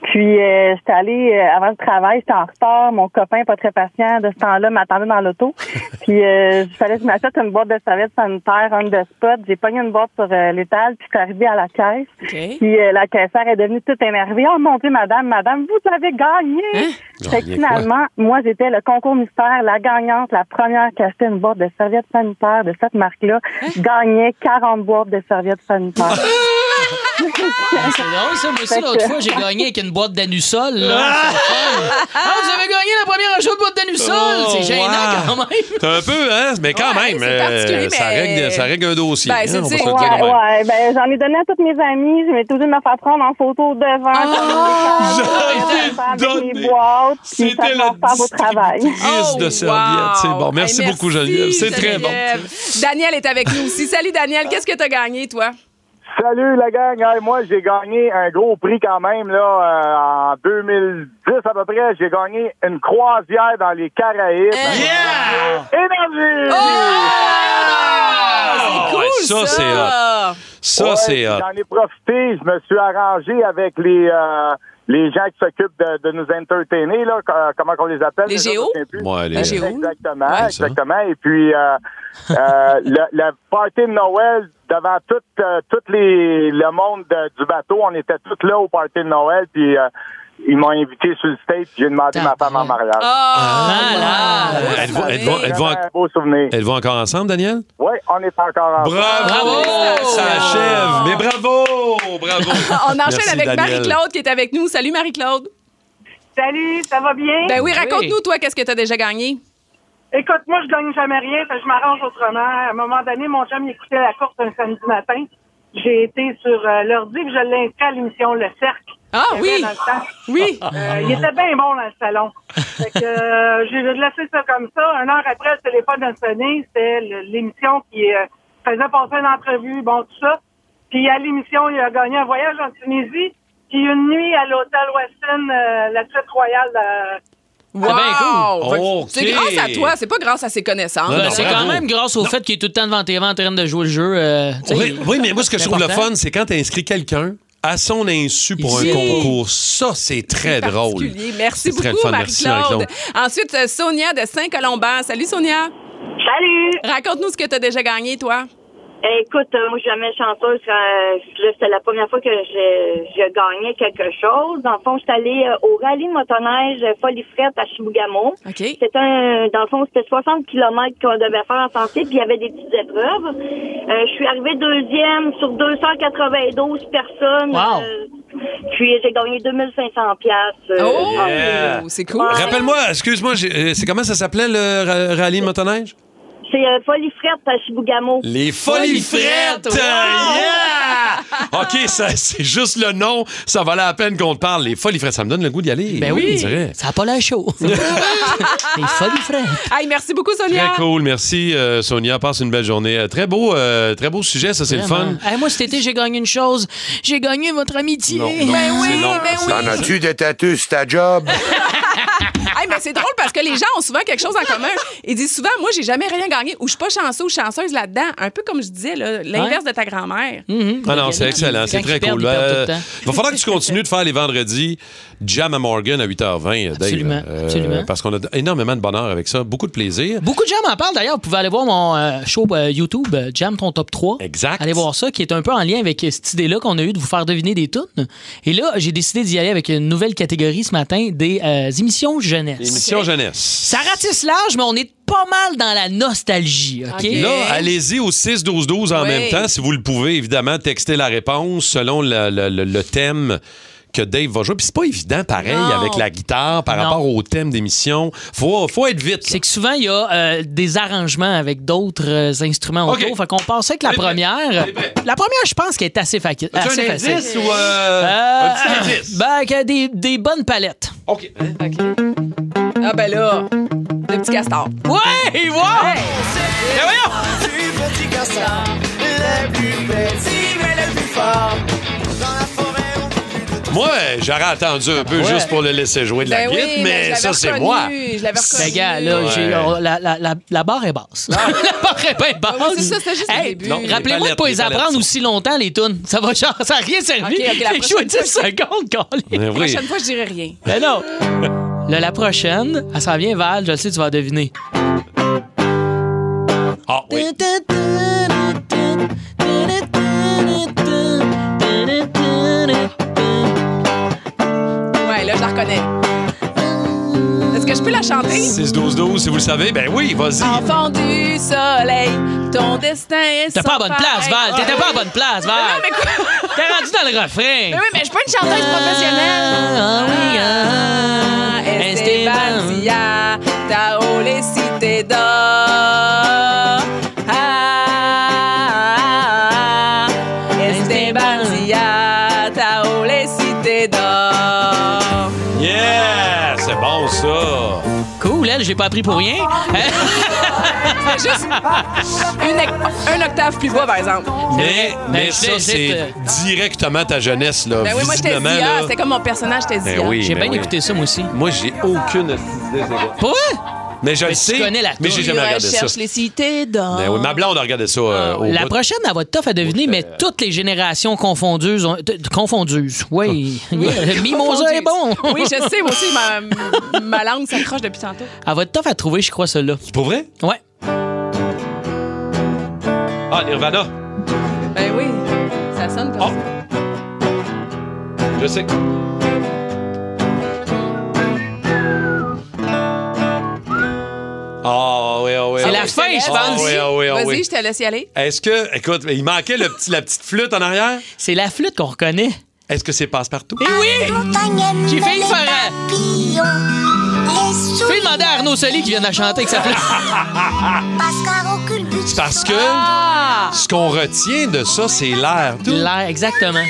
S: Puis euh, j'étais allée euh, avant le travail, j'étais en retard. Mon copain, pas très patient, de ce temps-là, m'attendait dans l'auto. Puis euh, il fallait que je m'achète une boîte de serviettes sanitaires on the spot. J'ai pogné une boîte sur euh, l'étal, puis je suis arrivée à la caisse. Puis euh, la caissière est devenue toute énervée. Oh mon Dieu, madame, madame, vous avez gagné! Fait que
V: Gagné
S: finalement, moi, j'étais le concours mystère, la gagnante, la première qui achetait une boîte de serviettes sanitaires de Ah, ben, cette marque-là, gagnait 40 boîtes de serviettes sanitaires.
C: Ah, C'est drôle, ça. Moi aussi,
S: Fait
C: l'autre
S: que-
C: fois, j'ai gagné avec une boîte d'anusol. là. C'est le fun. Ah, vous avez gagné la première achat de boîte d'anusol. c'est gênant
A: Oh, wow.
C: quand même.
A: T'as un peu, hein? Mais quand même, euh,
S: particulier,
A: ça,
S: mais-
A: règle, ça règle un dossier. hein, on va se le dire
S: ouais,
A: de même.
S: ouais, ben, j'en ai donné à toutes mes amies. Je m'étais obligée de me faire prendre en photo devant.
B: Ah!
O: Ah!
A: Ah! j'en ai
S: Avec mes boîtes. Puis ça
A: C'était
S: se
A: la
S: passe au travail.
A: Crise de serviette. C'est bon. Merci,
B: Oh, Hey,
A: beaucoup, Geneviève. C'est très bon.
B: Geneviève. Daniel est avec nous aussi. Salut Daniel, qu'est-ce que tu as gagné, toi?
W: Salut la gang, Hey, moi j'ai gagné un gros prix quand même là euh, en 2010 à peu près, j'ai gagné une croisière dans les Caraïbes.
B: Eh! Oh!
W: Énergie! Oh!
A: c'est cool, Ah, ça, ça. c'est hot. Ça,
W: Ouais,
A: c'est
N: euh,
A: hot.
W: J'en ai profité, je me suis arrangé avec les euh, les gens qui s'occupent de, de nous entertainer là, co- euh, comment qu'on les appelle
B: Les
W: déjà,
B: géos?
W: je sais plus.
A: Ouais, les- Les géos.
W: Exactement,
A: Ouais, ça.
W: exactement. Et puis euh, euh, le, le party de Noël devant tout euh, tout les le monde de- du bateau, on était tous là au party de Noël puis euh, ils m'ont invité sur le stage, puis j'ai demandé ma femme en mariage.
C: Ah,
A: Euh, Êtes-vous êtes-vous- êtes-vous en- êtes-vous encore ensemble, Daniel?
W: Oui, on est encore ensemble.
A: Bravo! Ça achève. Mais bravo! Bravo!
B: On enchaîne
A: Merci,
B: avec
A: Daniel.
B: Marie-Claude qui est avec nous. Salut Marie-Claude.
X: Salut, ça va bien?
B: Ben oui, raconte-nous,
X: Oui.
B: toi, qu'est-ce que tu as déjà gagné?
X: Écoute, moi, je gagne jamais rien, fait que je m'arrange autrement. À un moment donné, mon chum il écoutait la course un samedi matin. J'ai été sur euh, l'ordi et je l'ai inscrit à l'émission Le Cercle.
B: Ah
X: qu'il y avait
B: oui.
X: dans le temps.
B: Oui!
A: Ah,
X: Euh, il était bien bon dans le salon. Fait que, euh, j'ai laissé ça comme ça. Une heure après, le téléphone a sonné. C'était le- l'émission qui euh, faisait passer une entrevue, bon, tout ça. Puis à l'émission, il a gagné un voyage en Tunisie. Puis une nuit à l'hôtel Westin, euh, la suite royale de,
A: Ah,
C: C'est
B: Wow!
A: ben,
C: bien cool.
B: Fait que C'est
C: OK.
B: grâce à toi, c'est pas grâce à ses connaissances.
C: Ben, c'est quand même grâce au fait qu'il est tout le temps devant tes vents en train de jouer le jeu. euh, tu sais,
A: Oui, oui, mais moi, ce que je trouve le
C: important.
A: fun, c'est quand tu inscris quelqu'un à son insu pour
B: Oui.
A: un concours. Ça, c'est très drôle.
B: particulier. Merci
A: C'est très
B: beaucoup,
A: fun. Merci,
B: Marie-Claude.
A: Marie-Claude.
B: Ensuite, euh, Sonia de Saint-Colomban. Salut, Sonia.
Y: Salut.
B: Raconte-nous ce que tu as déjà gagné, toi.
Y: Écoute, euh, moi, je suis jamais chanceuse. euh, là, c'était la première fois que je, je gagnais quelque chose. Dans le fond, je suis allée euh, au rallye de motoneige euh, Folie Frette à Chibougamau. C'était un, dans le fond, c'était 60 km qu'on devait faire en santé, puis il y avait des petites épreuves. Euh, je suis arrivée deuxième sur 292 personnes.
A: Wow.
Y: Euh, puis j'ai gagné 2500 piastres. Euh,
B: Oh, c'est cool.
A: Rappelle-moi, excuse-moi, j'ai- euh, c'est comment ça s'appelait le ra- rallye motoneige?
Y: C'est euh, Folie Frette à Chibougamau.
A: Les Folies Frettes!
Y: Wow!
A: Yeah! OK, ça, c'est juste le nom. Ça valait la peine qu'on te parle. Les Folies Frettes, ça me donne le goût d'y aller.
B: Ben oui.
A: Eh on dirait.
D: Ça n'a pas l'air chaud.
B: Les
D: folies frères.
B: Hey, merci beaucoup, Sonia.
A: Très cool. Merci, euh, Sonia. Passe une belle journée. Euh, Très beau, euh, très beau sujet. Ça, c'est le fun.
C: Vraiment. Hey, moi, cet été, j'ai gagné une chose. J'ai gagné votre amitié.
A: Non, non, Ben oui, c'est non. ben oui.
I: T'en as-tu de tatou sur ta job?
B: Hey, mais c'est drôle parce que les gens ont souvent quelque chose en commun. Ils disent souvent, moi, j'ai jamais rien gagné ou je suis pas chanceux ou chanceuse là-dedans. Un peu comme je disais, là, l'inverse de ta grand-mère.
A: Ah non, c'est excellent, c'est
C: Quand
A: très
C: ils perdent,
A: cool.
C: ils perdent
A: Euh,
C: tout le temps.
A: Il va falloir que tu continues de faire les vendredis Jam à Morgan à 8h20, Dave. Euh,
C: Absolument, absolument.
A: Parce qu'on a d- énormément de bonheur avec ça, beaucoup de plaisir.
C: Beaucoup de gens m'en parlent d'ailleurs. Vous pouvez aller voir mon euh, show euh, YouTube, euh, Jam ton top 3.
A: Exact.
C: Allez voir ça, qui est un peu en lien avec euh, cette idée-là qu'on a eue de vous faire deviner des tunes. Et là, j'ai décidé d'y aller avec une nouvelle catégorie ce matin, des euh, émissions jeunesse.
A: Émission jeunesse.
C: Ça ratisse large, mais on est pas mal dans la nostalgie, OK?
A: Là, allez-y au 6-12-12 en
C: Oui.
A: même temps, si vous le pouvez, évidemment, textez la réponse selon le, le- le- le thème que Dave va jouer. Puis c'est pas évident, pareil,
C: Non.
A: avec la guitare, par
C: Non.
A: rapport au thème d'émission. Faut, faut être vite.
C: C'est que souvent, il y a euh, des arrangements avec d'autres euh, instruments autour. Fait qu'on pensait que la première. La première, je pense qu'elle est assez, facile.
A: As-tu
C: assez
A: un
C: facile.
A: indice ou, euh, un petit indice?
C: Ben, avec, euh, des, des bonnes palettes.
A: OK.
B: Ah, ben là, le petit castor.
C: Ouais, wow!
R: Du petit castor, le plus petit mais le plus fort. Dans la forêt,
A: Moi, j'aurais attendu un peu
C: Ouais.
A: juste pour le laisser jouer de la
C: Ben oui,
A: guitare,
C: mais
A: mais,
C: je l'avais
A: ça, c'est
C: reconnu,
A: moi.
B: Je l'avais reconnu.
C: Ben, gars, là,
A: Ouais.
C: j'ai- on- la, la- la- la barre est basse. la barre est bien basse.
B: Ah c'est ça, c'était juste le début. Non, les
C: Rappelez-moi de
B: palettes,
C: pas
B: les
C: les
B: palettes
C: apprendre aussi longtemps, les tunes. Ça va, genre, ça n'a rien servi.
B: OK, OK, la
C: J'ai joué
B: prochaine
C: 10
B: fois, je-
C: secondes,
A: Ben
C: Colin.
B: La prochaine fois, je dirai rien.
C: Ben non. Là, la prochaine, elle s'en vient, Val. Je le sais, tu vas deviner.
A: Ah oui.
B: Ouais, là, je la reconnais. Est-ce que je peux la chanter?
A: 6-12-12, si vous le savez, ben oui, vas-y.
B: Enfant du soleil, ton destin est
C: T'es
B: sans
C: pas à bonne place,
B: pareil. Ah,
C: Val. T'étais pas à bonne place, Val.
B: Non, mais quoi?
C: T'es rendu dans le refrain.
B: Mais oui, mais je suis pas une chanteuse professionnelle.
C: Ah oui,
B: Ah, Esteban Zia, Tao les cités d'or. Ah, ah, ah, Esteban Zia, Tao les cités d'or.
A: Yeah! C'est bon, ça.
C: Cool, elle, j'ai pas appris pour rien.
B: Ah, C'est juste une, oct- un octave plus bas, par exemple.
A: Mais, mais
C: Ben,
A: ça,
C: j'étais-
A: c'est
C: j'étais-
A: directement ta jeunesse, là.
B: Ben oui, moi, j'étais
A: visiblement,
B: Zia.
A: là.
B: C'était comme mon personnage, j'étais ah,
A: Ben
B: Zia.
A: oui,
C: J'ai
A: ben
C: bien
A: oui.
C: écouté ça, moi aussi.
A: Moi, j'ai aucune idée, les gars.
C: Pour
A: Mais je le sais.
C: connais la
A: mais j'ai
C: toune.
A: jamais
C: Ouais,
A: regardé ça.
C: cherche
B: les cités d'or.
A: Ben oui, ma blonde a regardé ça euh, au
C: La
A: bout.
C: prochaine, elle va être tough à deviner, mais toutes les générations confondues. ont- t- Confondues, oui. Le Mimosa est bon.
B: Oui, je sais, moi aussi, ma, ma langue s'accroche depuis tantôt.
C: Elle va être tough à trouver, je crois, celle-là.
A: C'est pour vrai?
C: Ouais.
A: Ah, Nirvana.
B: Ben oui, ça sonne comme
A: Ah, Je sais. Ah oui, ah oui.
B: ça.
A: ah oui.
B: Ah oui, te laisse,
A: Ah oui, ah oui, ah
B: Vas-y,
A: oui.
B: je te laisse y aller.
A: Est-ce que, écoute, il manquait le petit, la petite flûte en arrière?
C: C'est la flûte qu'on reconnaît.
A: Est-ce que c'est passe-partout?
C: Eh oui! J'ai failli faire un- Je vais demander à Arnaud Soli qui vient de la chanter avec sa flûte.
A: C'est Ah,
C: Ah!
A: parce que ce qu'on retient de ça, c'est l'air.
C: L'air, exactement.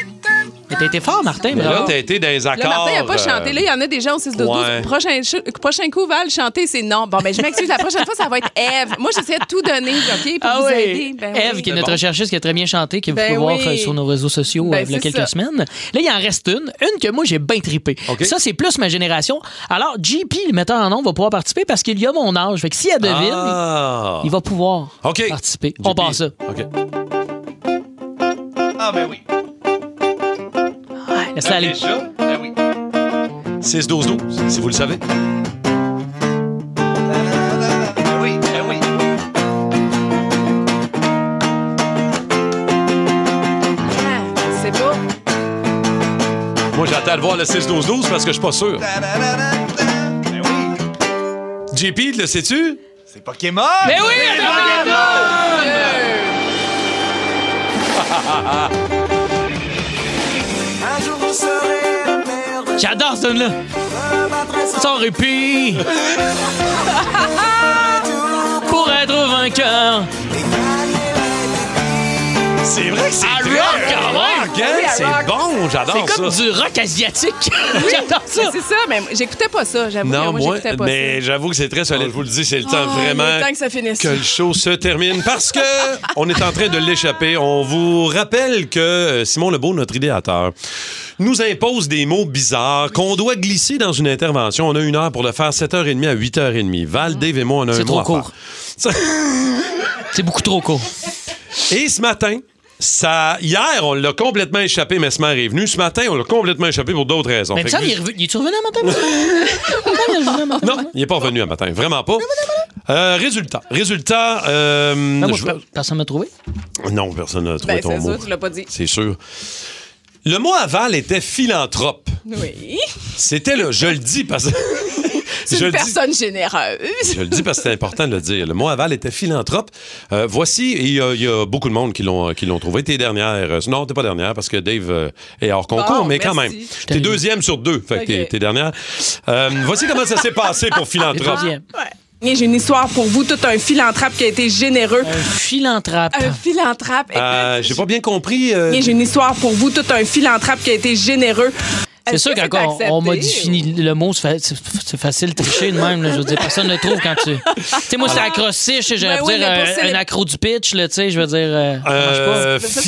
C: Mais T'as été fort, Martin.
A: Mais là,
C: bravo.
A: t'as été dans les accords.
B: Là, Martin, il n'a pas
A: euh,
B: chanté. Là, il y en a des gens au 6 12
A: ouais.
B: prochain, ch- prochain coup, Val, chanter, c'est non. Bon, ben, je m'excuse. La prochaine fois, ça va être Eve. Moi, j'essaie de tout donner, OK, pour
C: Ah
B: vous
C: oui.
B: aider. Ben
C: Ève,
B: oui.
C: qui est notre chercheuse qui a très bien chanté, que vous
B: Ben
C: pouvez voir
B: oui.
C: euh, sur nos réseaux sociaux
B: Ben,
C: euh, il y a
B: c'est
C: quelques
B: ça.
C: semaines. Là, il en reste une, une que moi j'ai bien tripé. Ça, c'est plus ma génération. Alors, JP, le metteur en nom, va pouvoir participer parce qu'il y a mon âge. Fait que s'il y a devine,
A: Ah.
C: il va pouvoir
A: OK.
C: participer. On passe ça.
A: OK.
H: Ah, ben oui.
C: Laisse-la aller.
H: Déjà? Ben oui.
A: 6-12-12, si vous le savez.
H: Ben oui, ben oui.
B: Ah, C'est beau.
A: Moi, j'attends de voir le 6-12-12 parce que je suis pas sûr. JP, le sais-tu? C'est Pokémon!
R: Mais
H: oui,
B: Eh,
R: Un jour vous serez le maire de
C: J'adore ce là Sans répit. Pour être vainqueur.
A: C'est vrai que c'est
C: Ah,
A: très
C: rock, quand même.
A: rock, hein?
C: Oui, à
A: C'est
C: rock.
A: bon, j'adore
C: C'est comme
A: ça.
C: du rock asiatique.
B: Oui,
C: J'adore ça.
B: mais Ben, C'est ça, mais j'écoutais pas ça, j'avoue.
A: Non,
B: moi,
A: moi,
B: j'écoutais pas ça.
A: mais j'avoue que c'est très solide. Je vous le dis, c'est le temps
B: Ah,
A: vraiment
B: il est temps que ça finisse.
A: que le show se termine parce que on est en train de l'échapper. On vous rappelle que euh, Simon Lebeau, notre idéateur, nous impose des mots bizarres qu'on doit glisser dans une intervention. On a une heure pour le faire, 7h30 à 8h30. Val, Dave et moi, on a un
C: Ah. C'est
A: mot
C: trop
A: à faire.
C: court. C'est beaucoup trop court.
A: Et ce matin, ça, hier, on l'a complètement échappé, Mesmer est venu. Ce matin, on l'a complètement échappé pour d'autres raisons.
C: Mais
A: Fait
C: ça,
A: que
C: Ben, il est
A: lui-
C: revenu. Il est revenu un matin? Il est revenu un matin?
A: Non, il n'est pas revenu un matin, vraiment pas. Euh, résultat. Résultat. euh,
C: Non, moi,
A: je-
C: pe- Personne m'a trouvé.
A: Non, personne n'a trouvé
B: Ben,
A: ton
B: c'est
A: mot.
B: ça, tu l'as pas dit.
A: C'est sûr. Le mot aval était philanthrope.
B: Oui.
A: C'était le. Je le dis parce que.
B: C'est
A: je
B: une
A: le dis-
B: personne généreuse.
A: je le dis parce que c'est important de le dire. Le mot aval était philanthrope. Euh, voici, et il y, a- il y a beaucoup de monde qui l'ont qui l'ont trouvé. T'es dernière. euh, Non, t'es pas dernière parce que Dave euh, est hors concours,
B: Bon,
A: mais quand même.
B: merci.
A: T'es deuxième sur deux. Fait que t'es-
B: Ok.
A: t'es dernière. Euh, voici comment ça s'est passé pour philanthrope.
B: Ouais. J'ai une histoire pour vous, tout un philanthrope qui a été généreux. Un
C: philanthrope.
B: Un philanthrope.
A: Euh, J'ai pas bien compris. euh,
B: J'ai une histoire pour vous, tout un philanthrope qui a été généreux.
C: C'est sûr que quand on, on m'a dit fini le mot, c'est fa- c'est c'est facile de tricher de même. là. je veux dire, personne ne le trouve quand tu. Tu sais, moi, c'est acrostiche. J'aurais
B: Ben
C: pu
B: oui,
C: dire
B: mais pour
C: euh,
B: célé-
C: un accro du pitch. là, Tu sais, je veux dire. euh, ça marche pas.
A: Euh,
B: Parce que là,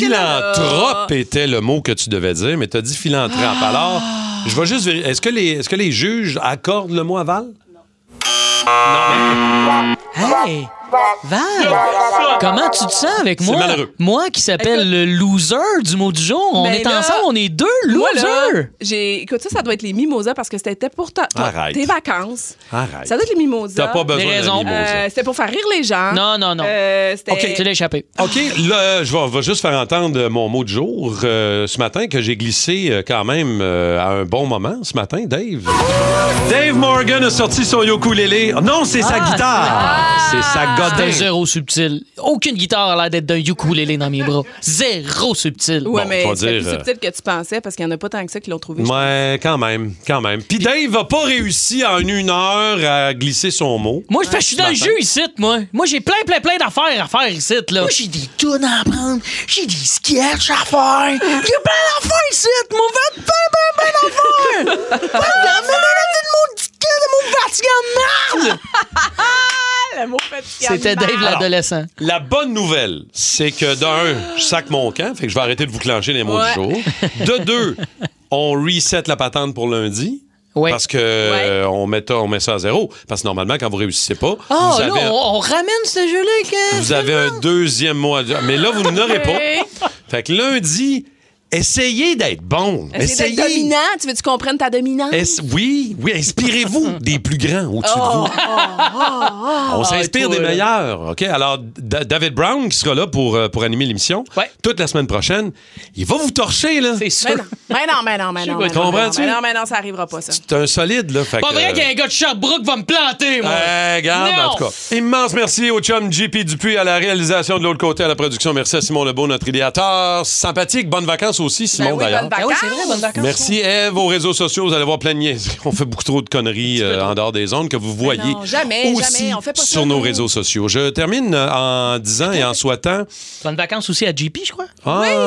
A: philanthrope était le mot que tu devais dire, mais tu as dit philanthrope. Alors, je vais juste vérifier. Est-ce que, les- est-ce que les juges accordent le mot aval?
C: Hey! Val! Comment tu te sens avec
A: C'est
C: moi?
A: malheureux.
C: Moi qui s'appelle le loser du mot du jour. On
B: Ben
C: est
B: là,
C: ensemble, on est deux
B: Moi, là,
C: losers!
B: j'ai écoute ça, ça doit être les mimosas parce que c'était pour ta- toi-
A: Arrête.
B: tes vacances.
A: Arrête.
B: Ça doit être les mimosas.
A: T'as pas besoin Des de raisons. mimosas.
B: Euh, c'était pour faire rire les gens.
C: Non, non, non.
B: Hein? Euh, c'était-
C: Tu l'as échappé.
A: OK, là, je vais, vais juste faire entendre mon mot du jour euh, ce matin que j'ai glissé euh, quand même euh, à un bon moment ce matin, Dave. Dave Morgan a sorti son ukulélé. Non, c'est sa guitare. C'est sa
B: Ah.
C: C'était
A: godin.
C: zéro subtil. Aucune guitare a l'air d'être d'un ukulélé dans mes bras. Zéro subtil.
B: Ouais, mais
A: faut dire,
B: c'est
A: euh,
B: plus subtil que tu pensais parce qu'il n'y en a pas tant que ça qui l'ont trouvé.
A: Ouais, quand même, quand même. Puis Dave n'a pas réussi en une heure à glisser son mot.
C: Moi, je fais- je suis dans le jeu ici, moi. Moi, j'ai plein, plein, plein d'affaires à faire ici, là. Moi, j'ai des tunes à prendre. J'ai des sketchs à faire. J'ai plein d'affaires ici, mon va plein, plein, plein d'affaires. Ah, Plein de mon
B: Le mot fatigant de
C: C'était Dave
B: marde.
C: l'adolescent.
A: La bonne nouvelle, c'est que d'un, je sac mon camp, fait que je vais arrêter de vous clencher les mots
B: Ouais.
A: du jour. De deux, on reset la patente pour lundi. Parce que euh, on, met, on met ça à zéro. Parce que normalement, quand vous réussissez pas,
C: Oh,
A: vous,
C: là,
A: avez, un-
C: on, on ramène ce jeu-là. que-
A: vous avez un deuxième mot à dire. Mais là, vous n'aurez pas. Fait que lundi, essayez d'être bon.
B: C'est d'être dominant. Tu veux que tu comprennes ta dominante?
A: Est-ce- oui, oui, inspirez-vous des plus grands au-dessus
B: Oh,
A: de vous.
B: oh, oh, oh.
A: On s'inspire
C: toi,
A: des
C: là.
A: meilleurs. OK? Alors, Da- David Brown, qui sera là pour, euh, pour animer l'émission, toute la semaine prochaine, il va vous torcher, là. C'est
C: Ben
B: Mais non, mais non, mais non, mais
A: Je sais
B: non.
A: pas,
B: mais non,
A: comprends-tu?
B: mais non, mais non, ça arrivera pas, ça.
A: C'est un solide, là. Fait
C: Pas
A: que,
C: vrai
A: euh,
C: qu'un gars de Sherbrooke va me planter, moi.
A: euh, regarde,
C: Non.
A: en tout cas. Immense merci au chum JP Dupuis à la réalisation de l'autre côté à la production. Merci à Simon Lebeau, notre idéateur. Sympathique. Bonnes vacances aussi, Simon,
B: Ben oui,
A: d'ailleurs.
B: bonnes vacances.
C: c'est vrai, bonnes vacances.
A: Merci, Ève. Aux réseaux sociaux, vous allez voir plein de niaiseries. On fait beaucoup trop de conneries euh, en dehors des ondes que vous voyez
B: non, jamais,
A: aussi
B: jamais, on fait pas ça,
A: sur
B: nous.
A: nos réseaux sociaux. Je termine euh, en disant et en souhaitant...
C: Tu vas en vacances aussi à JP, je crois.
A: Ah,
C: c'est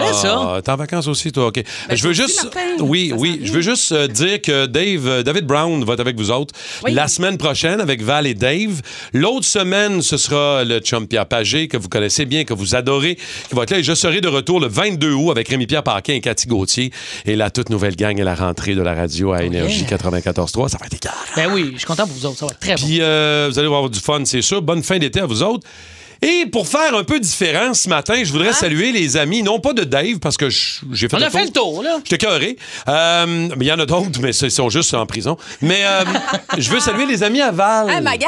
C: vrai, ça.
A: T'es en vacances aussi, toi, OK. je veux
C: toi aussi,
A: juste.
C: Martin.
A: Oui, oui. Je veux juste euh, dire que Dave, euh, David Brown va être avec vous autres la semaine prochaine avec Val et Dave. L'autre semaine, ce sera le chum Pierre Pagé, que vous connaissez bien, que vous adorez, qui va être là. Et je serai de retour le 22 août avec Rémi-Pierre Paquin et Cathy Gauthier et la toute nouvelle gang à la rentrée de la radio
C: Oh,
A: à Énergie 94.3. Ça va être écœurant.
C: Ben oui, je suis content pour vous autres. Ça va être très bon.
A: Puis euh, vous allez avoir du fun, c'est sûr. Bonne fin d'été à vous autres. Et pour faire un peu différent ce matin, je voudrais saluer les amis, non pas de Dave, parce que je- j'ai fait
C: Hein? On a fait le tour, là.
A: J'étais carré. Euh, mais il y en a d'autres, mais ils sont juste en prison. Mais euh, je veux saluer les amis à Val
B: Ah, ma gang!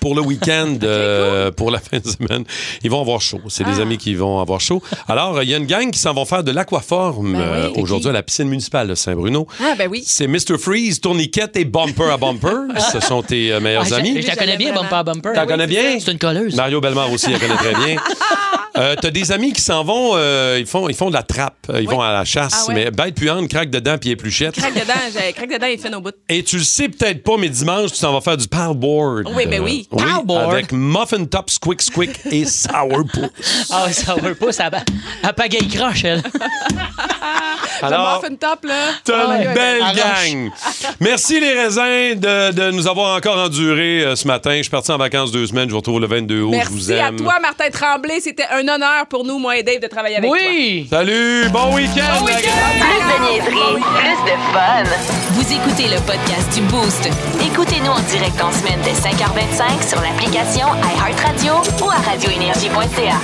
A: pour le week-end, euh, pour la fin de semaine. Ils vont avoir chaud. C'est
C: Ah.
A: des amis qui vont avoir chaud. Alors, il y a une gang qui s'en vont faire de
C: Ben
A: l'aquaforme euh, aujourd'hui à la piscine municipale de Saint-Bruno.
B: Ah, ben oui.
A: C'est Mr. Freeze, Tourniquette et Bumper à Bumper. Ce sont tes euh, meilleurs
C: Ah, je-
A: amis.
C: Je la connais bien, Bumper à Bumper.
A: T'en connais bien? C'est une colleuse. Mario Bellemare aussi, elle connaît très bien. Euh, T'as des amis qui s'en vont, euh, ils, font, ils font de la trappe, euh, ils vont à la chasse,
B: Ah ouais.
A: mais bête puante, craque dedans puis épluchette.
B: Craque dedans, j'ai- craque dedans, il fait nos bouts.
A: Et tu le sais peut-être pas, mais dimanche, tu t'en vas faire du powerboard.
B: Oui, ben oui. Paddleboard.
A: Avec Muffin Top, Squick Squick et Sourpuss.
C: Ah, ça veut pas, ça va. À pagaille croche, elle.
A: Alors,
B: une top, là.
A: T'as
B: Ah,
A: une
B: ouais.
A: belle
B: Arrange.
A: gang. Merci les raisins de, de nous avoir encore endurés euh, ce matin. Je suis parti en vacances deux semaines. Je vous retrouve le 22 août. je vous
B: Merci à
A: aime.
B: toi, Martin Tremblay. C'était un honneur pour nous, moi et Dave, de travailler avec toi.
C: Oui!
A: Salut, bon week-end! la gang.
O: Plus de niaiserie, plus de fun. Vous écoutez le podcast du Boost. Écoutez-nous en direct en semaine dès 5h25 sur l'application iHeartRadio ou à radioénergie.ca.